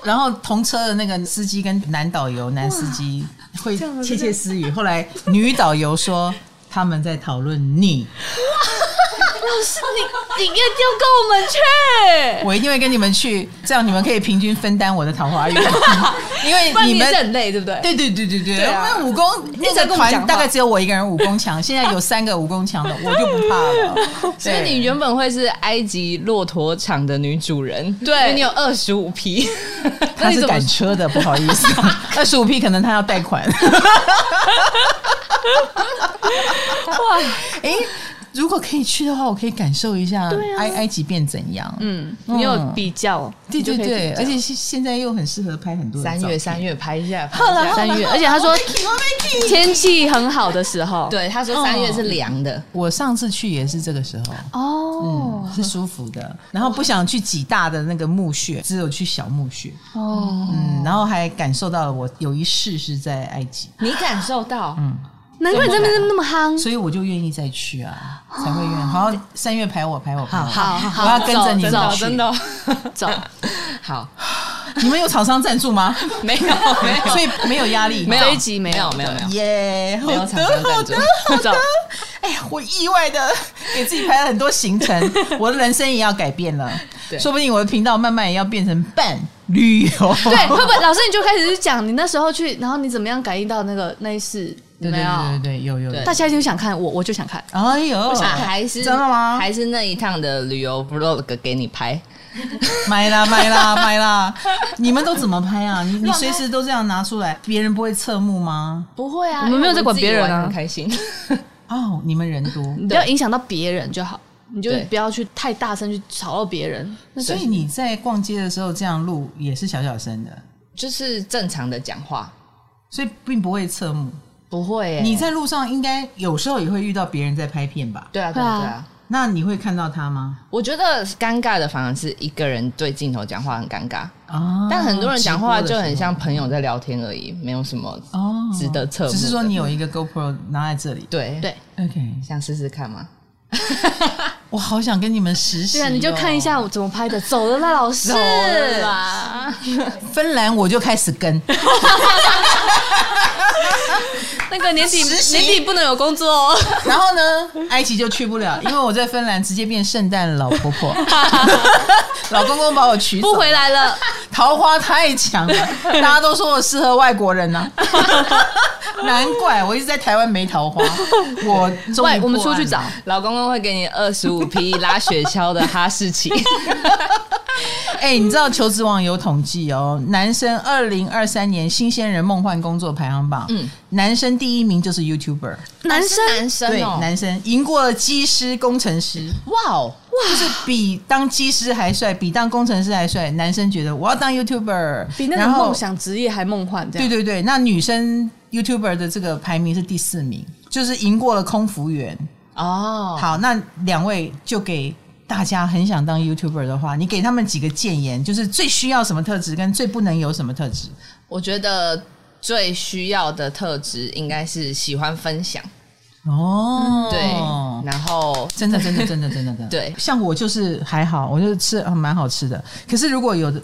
A: 然后同车的那个司机跟男导游、男司机会窃窃私语。后来女导游说他们在讨论你，
C: 你一定要跟我们去，
A: 我一定会跟你们去，这样你们可以平均分担我的桃 花运，因为
B: 不然
A: 你
B: 你
A: 们
B: 是。很累，对不对？
A: 对对对对对，
B: 对啊
A: 因为武功那
B: 在
A: 个
B: 跟我们
A: 团
B: 讲话
A: 大概只有我一个人武功强，现在有三个武功强的，我就不怕了。
B: 所以
A: 对
B: 你原本会是埃及骆驼场的女主人，对，因为你有二十五 匹，
A: 他是赶车的，不好意 思，二十五 P 可能他要贷款。哇，哎、如果可以去的话，我可以感受一下
B: 啊
A: 埃、埃及变怎样。嗯，
C: 嗯，你有比较，
A: 对
C: 你
A: 对
C: 就可以比
A: 对，
C: 较
A: 而且现现在又很适合拍很多的
B: 三
A: 照哦哎
B: 月
A: 片
B: 三月拍一下，拍
C: 后
B: 一
C: 来
B: 下。
C: 三月，而且他说
A: 我没去
C: 天气很好的时候，
B: 对，他说三月是凉的，
A: 我上次去也是这个时候，
C: 哦
A: 是舒服的，然后不想去挤大的那个墓穴，只有去小墓穴。
C: 哦，
A: 嗯，然后还感受到了我有一世是在埃及，
B: 你感受到？
C: 难怪你这边那么夯，
A: 所以我就愿意再去啊，才会愿意。好，三月排我排我排我。
C: 好好
A: 我要跟着你们
B: 真的哦
A: 去
B: 真的哦，
C: 走，
B: 好，
A: 你们有厂商赞助吗？
B: 没有 没有，
A: 所以没有压力，
B: 没有
C: 这一集没
B: 没
C: 有
B: 有没有没有
A: 耶，
B: 没
A: 好
B: 有厂
A: 的
B: 商
A: 好
B: 赞助
A: 的。，
C: 走，
A: 哎呀，我意外的给自己排了很多行程，我的人生也要改变了，
B: 对
A: 说不定我的频道慢慢也要变成哦半旅游。
C: 对，会不会老师你就开始讲你那时候去，然后你怎么样感应到那个那一世有
A: 对
C: 没
A: 对对对
C: 有？
A: 对，有有。有
B: 对
C: 大家一定想看我，我就想看，
A: 哎呦，
B: 啊还是
A: 真的吗？
B: 还是那一趟的旅游 vlog 给你拍，
A: 买啦买啦买啦！你们都怎么拍啊？你你随时都这样拿出来，别人不会侧目吗？
B: 不会啊，
C: 我们没有在管别人啊
B: 因为我们自己玩得很开心。
A: 哦，你们人多，
C: 你不要影响到别人就好，你就
B: 对
C: 不要去太大声去吵到别人。
A: 所以你在逛街的时候这样录也是小小声的，
B: 就是正常的讲话，
A: 所以并不会侧目。
B: 不会耶、
C: 啊
A: 你在路上应该有时候也会遇到别人在拍片吧？
B: 对啊，对
C: 对啊
B: 啊，对啊。
A: 那你会看到他吗？
B: 我觉得尴尬的反而是一个人对镜头讲话很尴尬，
A: 啊
B: 但很多人讲话就很像
A: 直
B: 朋友在聊天而已，没有什么
A: 播的时候哦
B: 值得侧目的
A: 只是说你有一个 GoPro 拿在这里
B: 对
C: 对，
A: ，OK，
B: 想试试看吗？
A: 我好想跟你们实习、哦
C: 对啊，你就看一。下我怎么拍的。走了啦，老师。
B: 走了啦
A: 芬兰我就开始跟，
C: 那个年底
A: 实习
C: 年底不能有工作哦。
A: 然后呢，埃及就去不了，因为我在芬兰直接变圣诞老婆 婆，老公公把我娶走，
C: 不回来了，
A: 桃花太强了，大家都说我适合外国人呐、 难怪我一直在台湾没桃花。我终于
C: 外我们
A: 破
C: 出
A: 案
C: 去找
A: 了，
B: 老公公会给你二十五匹拉雪橇的哈士 奇，
A: 哎、你知道求职网有统计哦，男生二零二三年新鲜人梦幻工作排行榜，嗯，男生第一名就是 YouTuber，
C: 男生
B: 男
A: 对
B: 生，哦，
A: 男生赢过了机师、工程师，
B: 哇哦，
A: 就是比当机师还帅，比当工程师还帅。男生觉得我要当 YouTuber，
C: 比那个
A: 然后
C: 梦想职业还梦幻，这
A: 对
C: 样
A: 对对，那女生 YouTuber 的这个排名是第四名，就是赢过了空服员。
B: 哦，
A: 好，那两位就给大家很想当 YouTuber 的话，你给他们几个建言，就是最需要什么特质，跟最不能有什么特质。
B: 我觉得最需要的特质应该是喜欢分享，
A: 哦，
B: 对，然后
A: 真的，真的，真的，真的，真的。
B: 对
A: 像我就是还好，我就吃嗯蛮好吃的。可是如果有的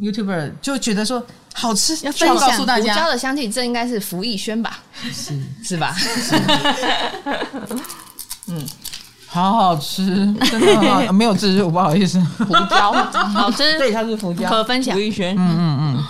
A: YouTuber 就觉得说好吃，
C: 要
A: 就要
C: 分享
A: 告诉大
B: 胡椒
A: 家，
B: 的香气，这应该是福逸轩吧？
A: 是
B: 是吧？
A: 好好 吃，真的很好，没有自助，不好意思。
B: 胡椒，
C: 好吃
A: 对，它是胡椒。
C: 可分享
B: 福。逸轩，
A: 嗯嗯嗯，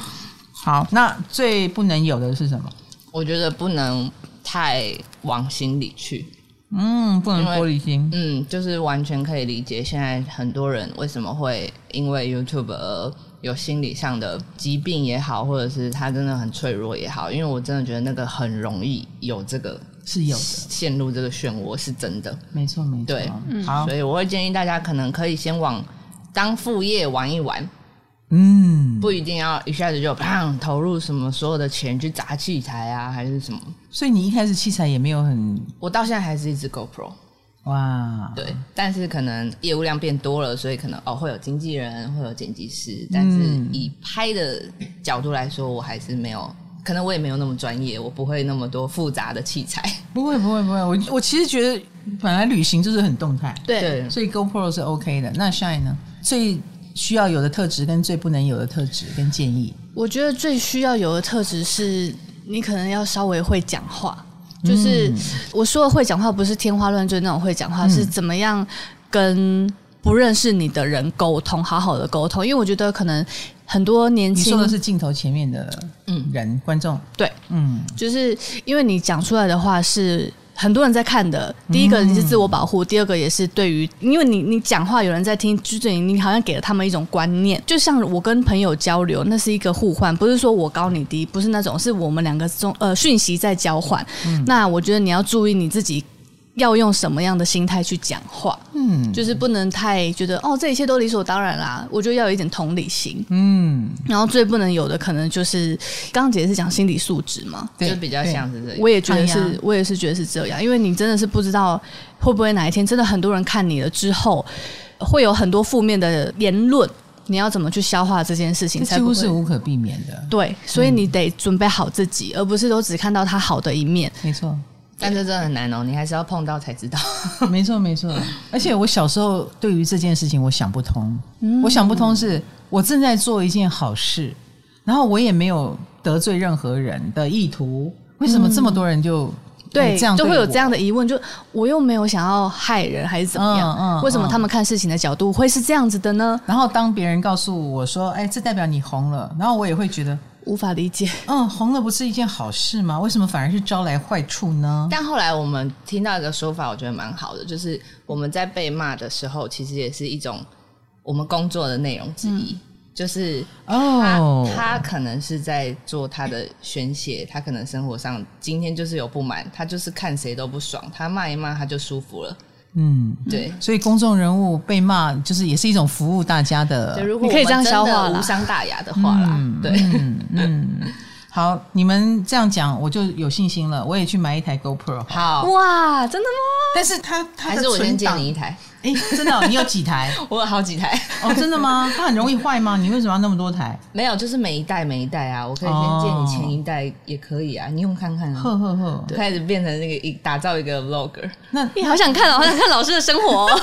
A: 好，那最不能有的是什么？
B: 我觉得不能太往心里去。
A: 嗯，不能
B: 因为
A: 玻璃心。
B: 嗯，就是完全可以理解现在很多人为什么会因为 YouTube 而有心理上的疾病也好，或者是他真的很脆弱也好，因为我真的觉得那个很容易有这个
A: 是有的
B: 陷入这个漩涡是真的，
A: 没错，没错。嗯
B: 对
C: 嗯
A: 好
B: 所，以我会建议大家可能可以先往当副业玩一玩，
A: 嗯，
B: 不一定要一下子就砰投入什么所有的钱去砸器材啊，还是什么。
A: 所以你一开始器材也没有很
B: 我到现在还是一只 GoPro，
A: 哇，
B: 对，但是可能业务量变多了，所以可能哦会有经纪人，会有剪辑师，但是
A: 嗯
B: 以拍的角度来说，我还是没有，可能我也没有那么专业，我不会那么多复杂的器材。
A: 不会不会不会，我我其实觉得本来旅行就是很动态，
C: 对，
A: 所以 GoPro 是 OK 的。那 Shine 呢？最需要有的特质跟最不能有的特质跟建议，
C: 我觉得最需要有的特质是你可能要稍微会讲话。
A: 嗯
C: 就是我说的会讲话，不是天花乱坠那种会讲话，
A: 嗯
C: 是怎么样跟不认识你的人沟通，好好的沟通。因为我觉得可能很多年
A: 你
C: 轻
A: 说的是镜头前面的
B: 嗯
A: 人、观众，
C: 对，
A: 嗯，
C: 就是因为你讲出来的话是很多人在看的。第一个你是自我保护，第二个也是对于，因为你你讲话有人在听，就是你你好像给了他们一种观念。就像我跟朋友交流，那是一个互换，不是说我高你低，不是那种，是我们两个中呃讯息在交换。那我觉得你要注意你自己。要用什么样的心态去讲话？
A: 嗯
C: 嗯，就是不能太觉得哦，这一切都理所当然啦。我觉得要有一点同理心。
A: 嗯，
C: 然后最不能有的可能就是，刚刚姐是讲心理素质嘛，
A: 对
B: 就比较
A: 对
B: 像是这样。
C: 我也觉得
A: 抗压
C: 是，我也是觉得是这样，因为你真的是不知道会不会哪一天真的很多人看你了之后，会有很多负面的言论，你要怎么去消化这件事情
A: 这
C: 才
A: 几
C: 不
A: 乎
C: 会
A: 是无嗯可避免的，
C: 对，所以你得准备好自己，而不是都只看到他好的一面。
A: 没错。
B: 但这真的很难哦，你还是要碰到才知道。
A: 没错，没错。而且我小时候对于这件事情，我想不通。
C: 嗯
A: 我想不通是，我正在做一件好事，然后我也没有得罪任何人的意图，为什么这么多人就、
C: 嗯对，
A: 哎这样
C: 就会有
A: 我
C: 这样的疑问，就我又没有想要害人还是怎么样，
A: 嗯嗯
C: 为什么
A: 嗯
C: 他们看事情的角度会是这样子的呢？
A: 然后当别人告诉我说：“哎，这代表你红了。”然后我也会觉得，
C: 无法理解。
A: 嗯，红了不是一件好事吗？为什么反而是招来坏处呢？
B: 但后来我们听到一个说法，我觉得蛮好的，就是我们在被骂的时候，其实也是一种。我们工作的内容之一，
C: 嗯
B: 就是他、
A: 哦，
B: 他可能是在做他的宣泄，他可能生活上今天就是有不满，他就是看谁都不爽，他骂一骂他就舒服了。
A: 嗯，
B: 对，
A: 所以公众人物被骂，就是也是一种服务大家
B: 就
A: 的。
B: 如果
C: 你可以这样
B: 我们真的
C: 消化啦
B: 无伤大雅的话啦，
A: 嗯
B: 对，
A: 嗯嗯， 好，你们这样讲，我就有信心了。我也去买一台 GoPro，好
B: 好，
C: 哇，真的吗？
A: 但是它它
B: 还
A: 的
B: 是我先
A: 存
B: 借
A: 档
B: 你，一台，
A: 哎，真的哦，你有几 台？
B: 我有好几台，
A: 哦，真的吗？它很容易坏吗？你为什么要那么多台？
B: 没有，就是每一代每一代啊，我可以先借
A: 哦
B: 你前一代也可以啊，你用看看、啊。
A: 呵呵呵，
B: 开始变成那个一打造一个 vlogger，
A: 那
C: 你好想看哦，好想看老师的生活 哦。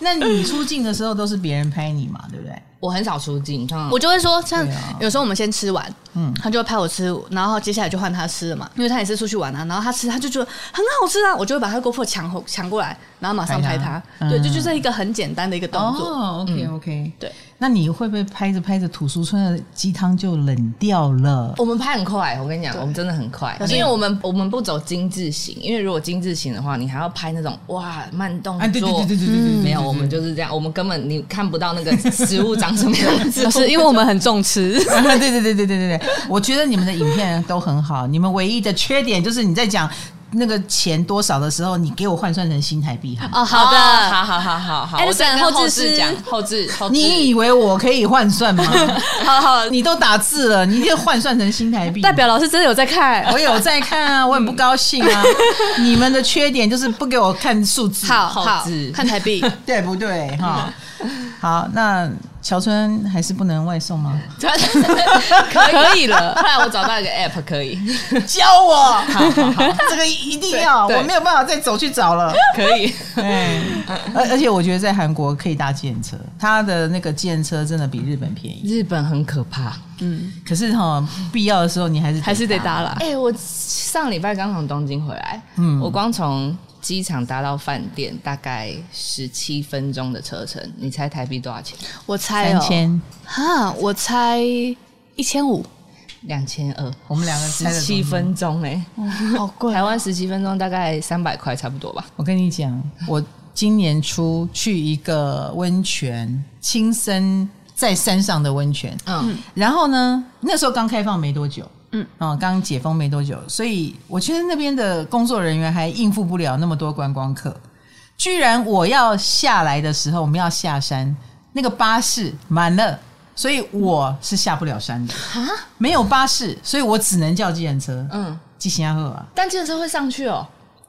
A: 那你出镜的时候都是别人拍你嘛，对不对？
B: 我很少出镜，通常
C: 我就会说，像
A: 对啊
C: 有时候我们先吃完，
A: 嗯
C: 嗯，他就会拍我吃，然后接下来就换他吃了嘛，因为他也是出去玩啊，然后他吃他就觉得很好吃啊，我就会把他 GoPro 抢后抢过来，然后马上
A: 拍
C: 拍
A: 他
C: 他，
A: 嗯
C: 对，这就是一个很简单的一个动作。
A: 哦，OK
B: 嗯
A: OK，
C: 对，
A: 那你会不会拍着拍着土书村的鸡汤就冷掉了？
B: 我们拍很快，我跟你讲，我们真的很快
C: 可，是
B: 因为我们我们不走精致型，因为如果精致型的话，你还要拍那种哇慢动作，嗯
A: 啊，对对对对对对对，
B: 没有，我们就是这样，我们根本你看不到那个食物长什么样子，
C: 老师，因为我们很重吃，
A: 对对对对对对对，我觉得你们的影片都很好，你们唯一的缺点就是你在讲那个钱多少的时候，你给我换算成新台币好吗。
C: 哦，好的，
B: 哦好好好好好，我再
C: Edison，
B: 跟
C: 后
B: 后
C: 置
B: 置
C: 师
B: 讲后置后置，
A: 你以为我可以换算吗？
C: 好好，
A: 你都打字了，你就换算成新台币。
C: 代表老师真的有在看。
A: 我有在看啊，我很不高兴啊。你们的缺点就是不给我看数字，
C: 好
B: 好
C: 好
B: 字
C: 看台币，
A: 对不对？哈，好，那乔春还是不能外送吗？
B: 可以了。后来我找到一个 app 可以，
A: 教我，这个一定要，
B: 对对
A: 我没有办法再走去找了。
B: 可以。
A: 对，而而且我觉得在韩国可以搭计程车，它的那个计程车真的比日本便宜。
B: 日本很可怕。
A: 可是哈、必要的时候你还是
C: 还是得搭啦。
B: 哎、我上礼拜刚从东京回来，
A: 嗯
B: 我光从机场搭到饭店大概十七分钟的车程，你猜台币多少钱？
C: 我猜
A: 三
C: 哦，
A: 千，
C: 哈，我猜一千五，
B: 两千二，
A: 我们两个
B: 十
A: 猜得
B: 七
A: 懂。
B: 分钟哎、
C: 好贵
B: 台湾十七分钟大概三百块差不多吧。
A: 我跟你讲，我今年初去一个温泉，亲身在山上的温泉，
B: 嗯，
A: 然后呢，那时候刚开放没多久，嗯
C: 嗯，
A: 哦，刚解封没多久，所以我觉得那边的工作人员还应付不了那么多观光客。居然我要下来的时候，我们要下山，那个巴士满了，所以我是下不了山的没有巴士，所以我只能叫计程车。
B: 嗯，
A: 计行阿赫啊，
B: 但计程车会上去哦。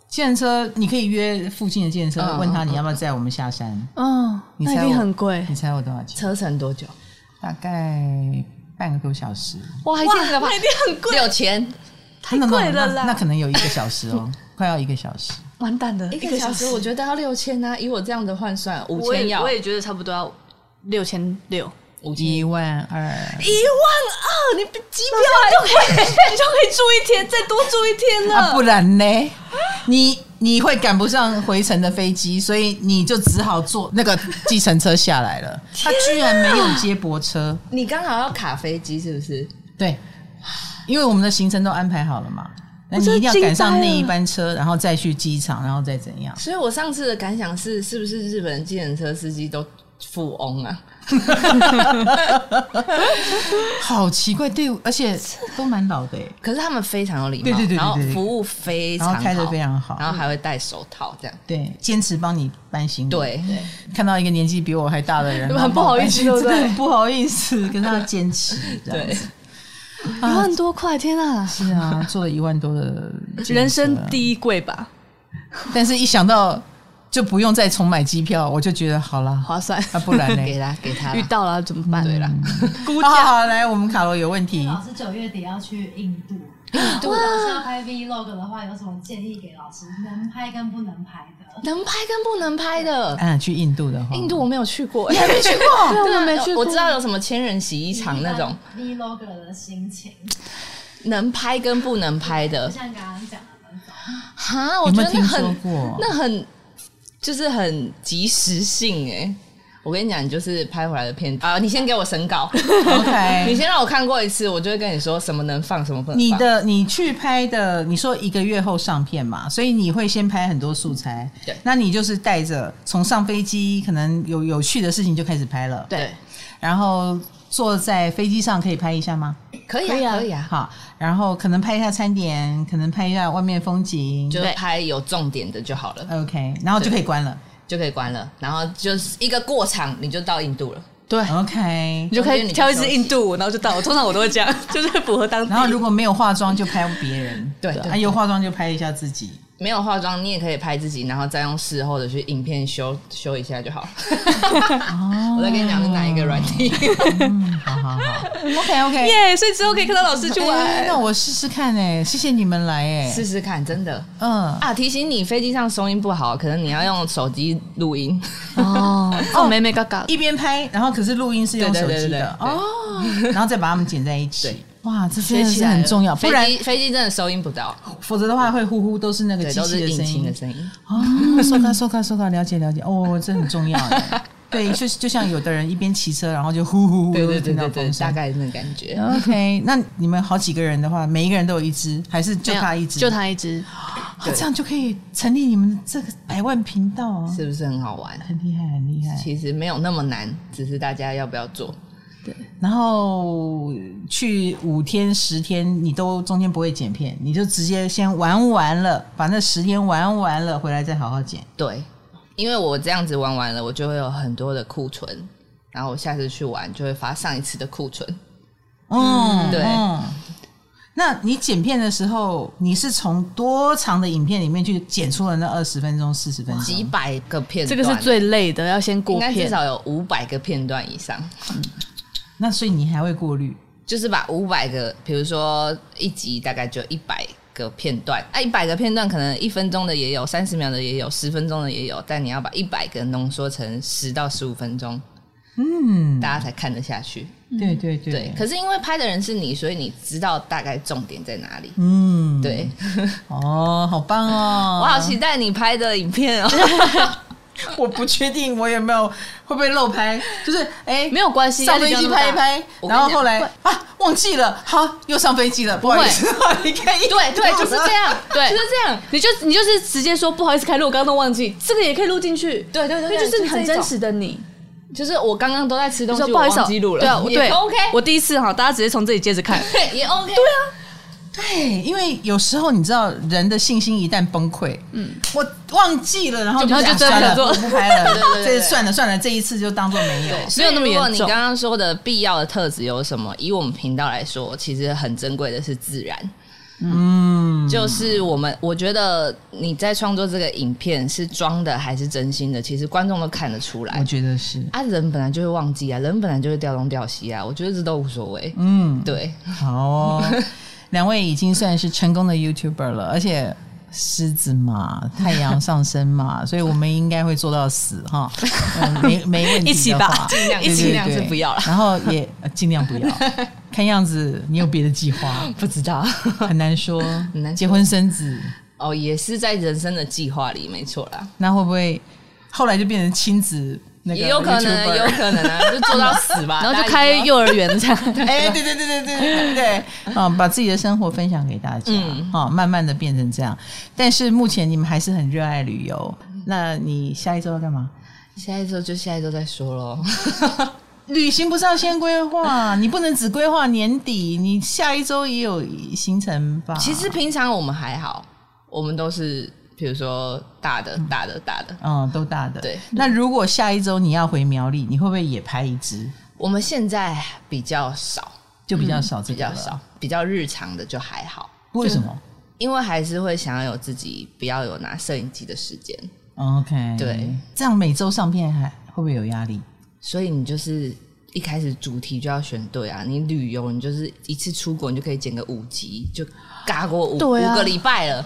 A: 计程车你可以约附近的计程车，
B: 嗯
A: 问他
B: 嗯
A: 你要不要载我们下山。
C: 嗯，
A: 你
C: 那
A: 猜
C: 一定
A: 我
C: 很贵
A: 你猜我多少钱？
B: 车程多久？
A: 大概半个多小时。
C: 哇，一定很
B: 哇
C: 一定很贵，
B: 六千，
A: 太
C: 贵了啦
A: 那可能有一个小时 哦，快要一个小时。
C: 完蛋了，
B: 一个小时我觉得要六千啊，以我这样的换算，五
C: 我
B: 千
C: 也
B: 要
C: 我也觉得差不多要六千六，
B: 五千
A: 一万二，
C: 一万二，你比机票还就可以，啊 你就可以住一天，再多住一天
A: 啊，不然呢？你你会赶不上回程的飞机，所以你就只好坐那个计程车下来 了。他居然没有接驳车，
B: 你刚好要卡飞机是不是？
A: 对，因为我们的行程都安排好了嘛。那你
C: 真的
A: 一定要赶上
C: 惊
A: 那
C: 呆了
A: 一班车，然后再去机场，然后再怎样？
B: 所以我上次的感想是，是不是日本的计程车司机都富翁啊？
A: 好奇怪，对，而且都蛮老的耶
B: 可是他们非常有礼貌，
A: 对对对对
B: 然后
A: 对对
B: 服务非常
A: 然
B: 好，
A: 后开得非常好嗯
B: 然后还会戴手套这样。
A: 对，坚持帮你搬行李。
B: 对，
A: 看到一个年纪比我还大的人，
C: 很不好意思
A: 然后
C: 对不对
A: 真的很不好意思，可 是他坚持。这样
B: 对
A: 子，
C: 一万多块，天啊！
A: 是啊，做了一万多的建设
C: 人生，第一贵吧，
A: 但是一想到就不用再重买机票，我就觉得好 啦，
C: 划算。
A: 啊，不然
B: 给
A: 呢？
B: 他给他啦
C: 遇到了怎么办？对了，估
A: 好
C: 价
A: 好，来，我们卡罗有问题
F: 老师九月底要去印度，印度老师要拍 vlog 的话，有什么建议给老师？能拍跟不能拍的？
B: 能拍跟不能拍的。
A: 啊，去印度的话，
B: 印度我没有去过，你还没去 过？啊
C: 对
A: 啊
C: 我没去过
B: 我知道有什么千人洗衣场那种
F: vlog 的心情，
B: 能拍跟不能拍的
F: 就，像刚刚讲的那种，
B: 哈，我
A: 有
B: 觉
A: 没有
B: 得那
A: 听说
B: 很
A: 过？
B: 那很就是很及时性哎、我跟你讲，你就是拍回来的片啊、你先给我审稿，
A: OK
B: 你先让我看过一次，我就会跟你说什么能放，什么不能放。
A: 你的你去拍的，你说一个月后上片嘛，所以你会先拍很多素材。
B: 对
A: 那你就是带着从上飞机，可能有有趣的事情就开始拍了。，
B: 对，
A: 然后坐在飞机上可以拍一下吗？
B: 可以
C: 可以
B: 啊，
C: 啊
B: 可以啊，
A: 好，然后可能拍一下餐点，可能拍一下外面风景。
B: 就拍有重点的就好了，
A: OK，然后就可以关了。
B: 就可以关了。然后就是一个过场，你就到印度了。
C: 对，
A: OK，
C: 你就可以挑一支印度舞，然后就到。通常我都会 这样，就是符合当地。
A: 然后如果没有化妆就拍别人，
B: 对对
A: 啊有化妆就拍一下自己。
B: 没有化妆，你也可以拍自己，然后再用事后的去影片修修一下就好 了。我再跟你讲是哪一个软体。
A: 哦好好好，OK OK，
C: 耶，所以之后可以看到老师去玩。
A: 那我试试看哎、谢谢你们来哎、
B: 试试看，真的
A: 嗯，
B: 啊！提醒你，飞机上收音不好，可能你要用手机录音。
C: 哦，哦，妹妹嘎嘎，
A: 一边拍，然后可是录音是用手
B: 对对
A: 机
B: 对对对
A: 的哦， 然后再把它们剪在一起。哇，这真的
C: 学起
A: 是
C: 来了
A: 很重要，不
B: 飞
A: 然
B: 机飞机真的收音不到，
A: 否则的话会呼呼都是那个
B: 对，
A: 机
B: 都
A: 器
B: 是
A: 的
B: 引
A: 声
B: 擎的
A: 音。
B: 声音。
A: 哦，收卡收卡收卡，了解了解。哦，这很 重要哎。对，就是就像有的人一边骑车，然后就呼呼呼，
B: 对对
A: 就
B: 对
A: 听到
B: 对对
A: 风，
B: 大
A: 声。
B: 概是那感觉。
A: OK，那你们好几个人的话，每一个人都有一只，还是就
C: 没有
A: 他一只？
C: 就他一只。
A: 哦，这样就可以成立你们这个百万频道啊，
B: 是不是很好玩？
A: 很厉害，很厉害。
B: 其实没有那么难，只是大家要不要做。
A: 然后去五天十天，你都中间不会剪片，你就直接先玩完了，把那十天玩完了，回来再好好剪。
B: 对，因为我这样子玩完了，我就会有很多的库存，然后我下次去玩就会发上一次的库存。
A: 嗯，
B: 对
A: 嗯那你剪片的时候，你是从多长的影片里面去剪出了那二十分钟、四十分
B: 几
A: 钟？
B: 百个片
C: 这
B: 段，
C: 个是最累的，要先
B: 应
C: 过
B: 该至
C: 片。
B: 少有五百个片段以上，
A: 那所以你还会过滤？
B: 就是把五百个，比如说一集大概就一百个片段，啊，一百个片段可能一分钟的也有，三十秒的也有，十分钟的也有，但你要把一百个浓缩成十到十五分钟，
A: 嗯，
B: 大家才看得下去。
A: 对对对，
B: 对，可是因为拍的人是你，所以你知道大概重点在哪里。
A: 嗯，
B: 对，
A: 哦，好棒哦！
B: 我好期待你拍的影片哦。
A: 我不确定我有没有会不会漏拍，就是哎、
C: 没有关系，
A: 上飞机拍一
C: 压力
A: 拍，
B: 我跟你
A: 然后后来
C: 讲
A: 啊忘记了，好又上飞机了，不好意思， 你看一
C: 对对就是这样对
B: 就是这样。
C: 就那么大，你就你就是直接说不好意思开录，我刚刚都忘记，这个也可以录进去。
B: 对对对对
C: 这就是很
B: 就这种
C: 真实的你。
B: 就是我刚刚都在吃东
C: 就
B: 西，
C: 说不好意思
B: 我
C: 哦，
B: 忘记录了，
C: 对啊，
B: 也
C: 对
B: OK，
C: 我第一次哈，大家直接从这里接着 看。
B: 对也 OK，对啊，
A: 对，因为有时候你知道人的信心一旦崩溃，嗯，我忘记了，然后
C: 然后
A: 就
C: 就
A: 这样
C: 真
A: 算了，
C: 的做
A: 不拍了，
B: 对对
A: 这
B: 对对
A: 算了算了，这一次就当做没有。
C: 没有那么
B: 所以
C: 严重
B: 如果你刚刚说的必要的特质有什么？以我们频道来说，其实很珍贵的是自然。嗯，就是我们，我觉得你在创作这个影片是装的还是真心的，其实观众都看得出
A: 我
B: 来。
A: 觉得是，
B: 啊，人本来就会忘记啊，人本来就会掉东掉西啊，我觉得这都无所谓。
A: 嗯，
B: 对，
A: 好哦， 两位已经算是成功的 YouTuber 了，而且狮子 嘛，太阳上升嘛，所以我们应该会做到死 哈，嗯没没问题的话，
C: 一起吧
B: 尽量
A: 对对
B: 尽量
A: 对
B: 是不要了，
A: 然后也呃尽量不要。 看样子你有别的计划，
B: 不知道
A: 很难说。
B: 难说
A: 结婚生子，
B: 哦，也是在人生的计划里，没错啦。
A: 那会不会后来就变成亲子？那个
B: 也有可
A: YouTuber
B: 能，有可能啊，就做到死吧。
C: 然后
B: 大
C: 就
B: 家啊
C: 开
B: 一定要
C: 幼儿园这 样，
A: 哎，对对对对对对对，啊，把自己的生活分享给大家，
B: 嗯
A: 啊，慢慢的变成这样。但是目前你们还是很热爱旅游，那你下一周要干嘛？
B: 下一周就下一周再说喽。
A: 旅行不是要先规 划，你不能只规划年底，你下一周也有行程吧？
B: 其实，平常我们还好，我们都是比如说大的、大的、大的。
A: 嗯，都大的。
B: 对，
A: 那如果下一周你要回苗栗，你会不会也拍一支？
B: 我们现在比较少，
A: 就比较少这
B: 嗯比
A: 个了，
B: 较少，比较日常的就还好，
A: 为什么
B: 因为还是会想要有自己不要有拿摄影机的时间，
A: ？OK，
B: 对，
A: 这样每周上片还会不会有压力？
B: 所以你就是。一开始主题就要选对啊！你旅游，你就是一次出国，你就可以剪个五集，就嘎过五、
C: 对啊
B: 五个礼拜了。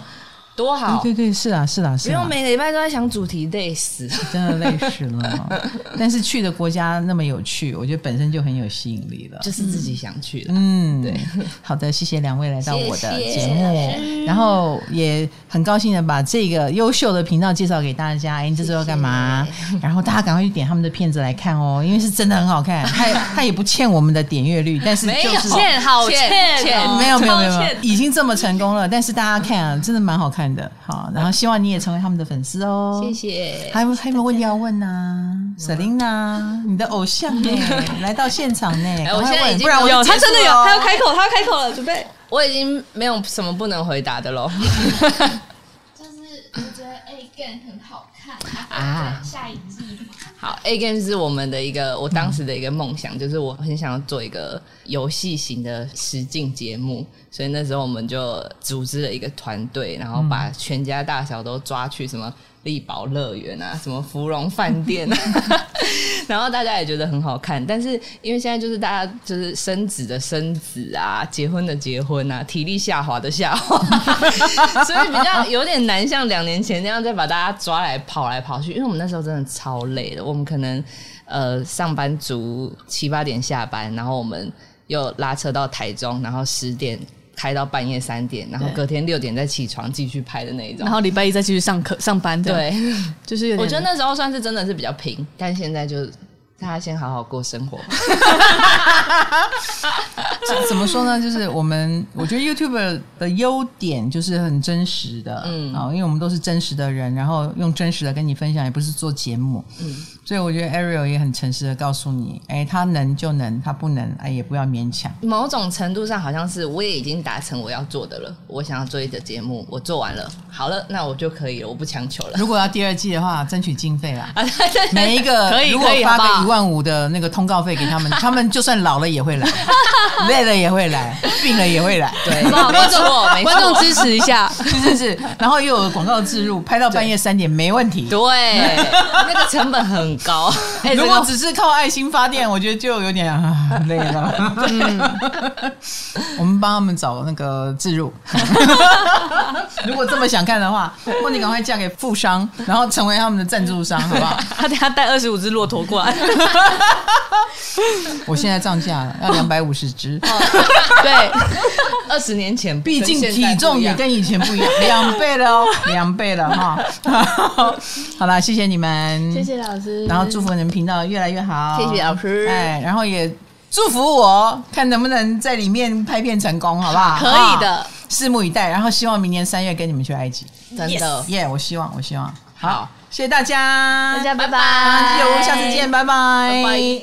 B: 多好，
A: 对对对，是啊是啊
B: 哦不
A: 是
B: 用
A: 啊，
B: 每个礼拜都在想主题，累死。
A: 真的累死了。但是去的国家那么有趣，我觉得本身就很有吸引 力了。
B: 就是自己想去的。
A: 嗯，对，好的，谢谢两位来到我的节目，然后也很高兴的把这个优秀的频道介绍给大家。哎，你这周要干嘛？然后大家赶快去点他们的片子来看哦，因为是真的很好看，它它也不欠我们的点阅率，但 是就是
C: 欠好欠哦
A: 没有没有没有
C: 超
A: 没有
C: 欠，
A: 已经这么成功了，但是大家看啊，真的蛮好看的。好，然后希望你也成为他们的粉丝哦。
B: 谢。谢，
A: 还有还有没有问题要问呐 s e l i n a 你的偶像呢？来到现场 呢，赶
B: 嗯哎我
A: 快
B: 现在
A: 问
B: 已经
A: 不然我
B: 有
A: 就结
B: 他
A: 束
B: 真的有
A: 了哦
B: 他要开口，他要开口了，准备。我已经没有什么不能回答的喽。
D: 就是我觉得
F: 哎
D: A 更很好看
B: 啊
D: 啊，下一季嘛，
B: 好，A game 是我们的一个我当时的一个梦想，就是我很想要做一个游戏型的实境节目，所以那时候我们就组织了一个团队，然后把全家大小都抓去什么力宝乐园啊，什么芙蓉饭店啊，然后大家也觉得很好看。但是因为现在就是大家就是生子的生子啊，结婚的结婚啊，体力下滑的 下滑，所以比较有点难像两年前那样再把大家抓来跑来跑去，因为我们那时候真的超累的，我们可能呃上班族七八点下班，然后我们又拉车到台中，然后十点。开到半夜三点，然后隔天六点再起床继续拍的那一种
C: 然。后礼拜一再继续上课上班，这样，
B: 对，
C: 就是有点
B: 我觉得那时候算是真的是比较平，但现在就大家先好好过生活吧。
A: 怎么说呢？就是我们，我觉得 YouTube 的优点就是很真实的，嗯
B: 嗯
A: 啊、因为我们都是真实的人，然后用真实的跟你分享，也不是做节目，嗯，所以我觉得 Ariel 也很诚实的告诉你，哎、他能就能，他不能，哎，也不要勉强。
B: 某种程度上，好像是我也已经达成我要做的了。我想要追的节目，我做完了，好了，那我就可以了，我不强 求了。
A: 如果要第二季的话，争取经费啦。
B: 啊，对对
A: 每一个
C: 可以
A: 如果
C: 可以
A: 发
C: 好不好
A: 个一万五的那个通告费给他 们，他们就算老了也会来，累了也会来，病了也会来，
B: 对，没错，没错，
C: 观众支持一 下，
A: 是是是。然后又有广告植入，拍到半夜三点没问题。
B: 对， 那个成本很高。
C: 哎，
A: 如
C: 这
A: 果
C: 个
A: 只是靠爱心发电，我觉得就有点啊 累了。
C: 嗯
A: 我们帮他们找那个置 入。如果这么想看的话，莫你赶快嫁给富商，然后成为他们的赞助商，好 不好？
C: 他等下带二十五只骆驼过来，
A: 我现在涨价了，要两百五十只。
C: 对，
B: 二十年前，
A: 毕竟
B: 跟现在
A: 体
B: 不
A: 重
B: 一
A: 也
B: 样
A: 跟以前不一样，两倍了哦，两倍了哈。 好啦，谢谢你们，
C: 谢。老师
A: 然后祝福你们频道越来越好，
B: 谢谢老师
A: 哎，然后也祝福我，看能不能在里面拍片成功，好不好？
C: 可以的
A: 啊，拭目以待。然后希望明年三月跟你们去埃及，
B: 真的
A: 耶、我希望，我希望。
B: 好。
A: 谢谢大家，
C: 大家拜拜
A: 拜，记得我们下次见，拜拜，
B: 拜拜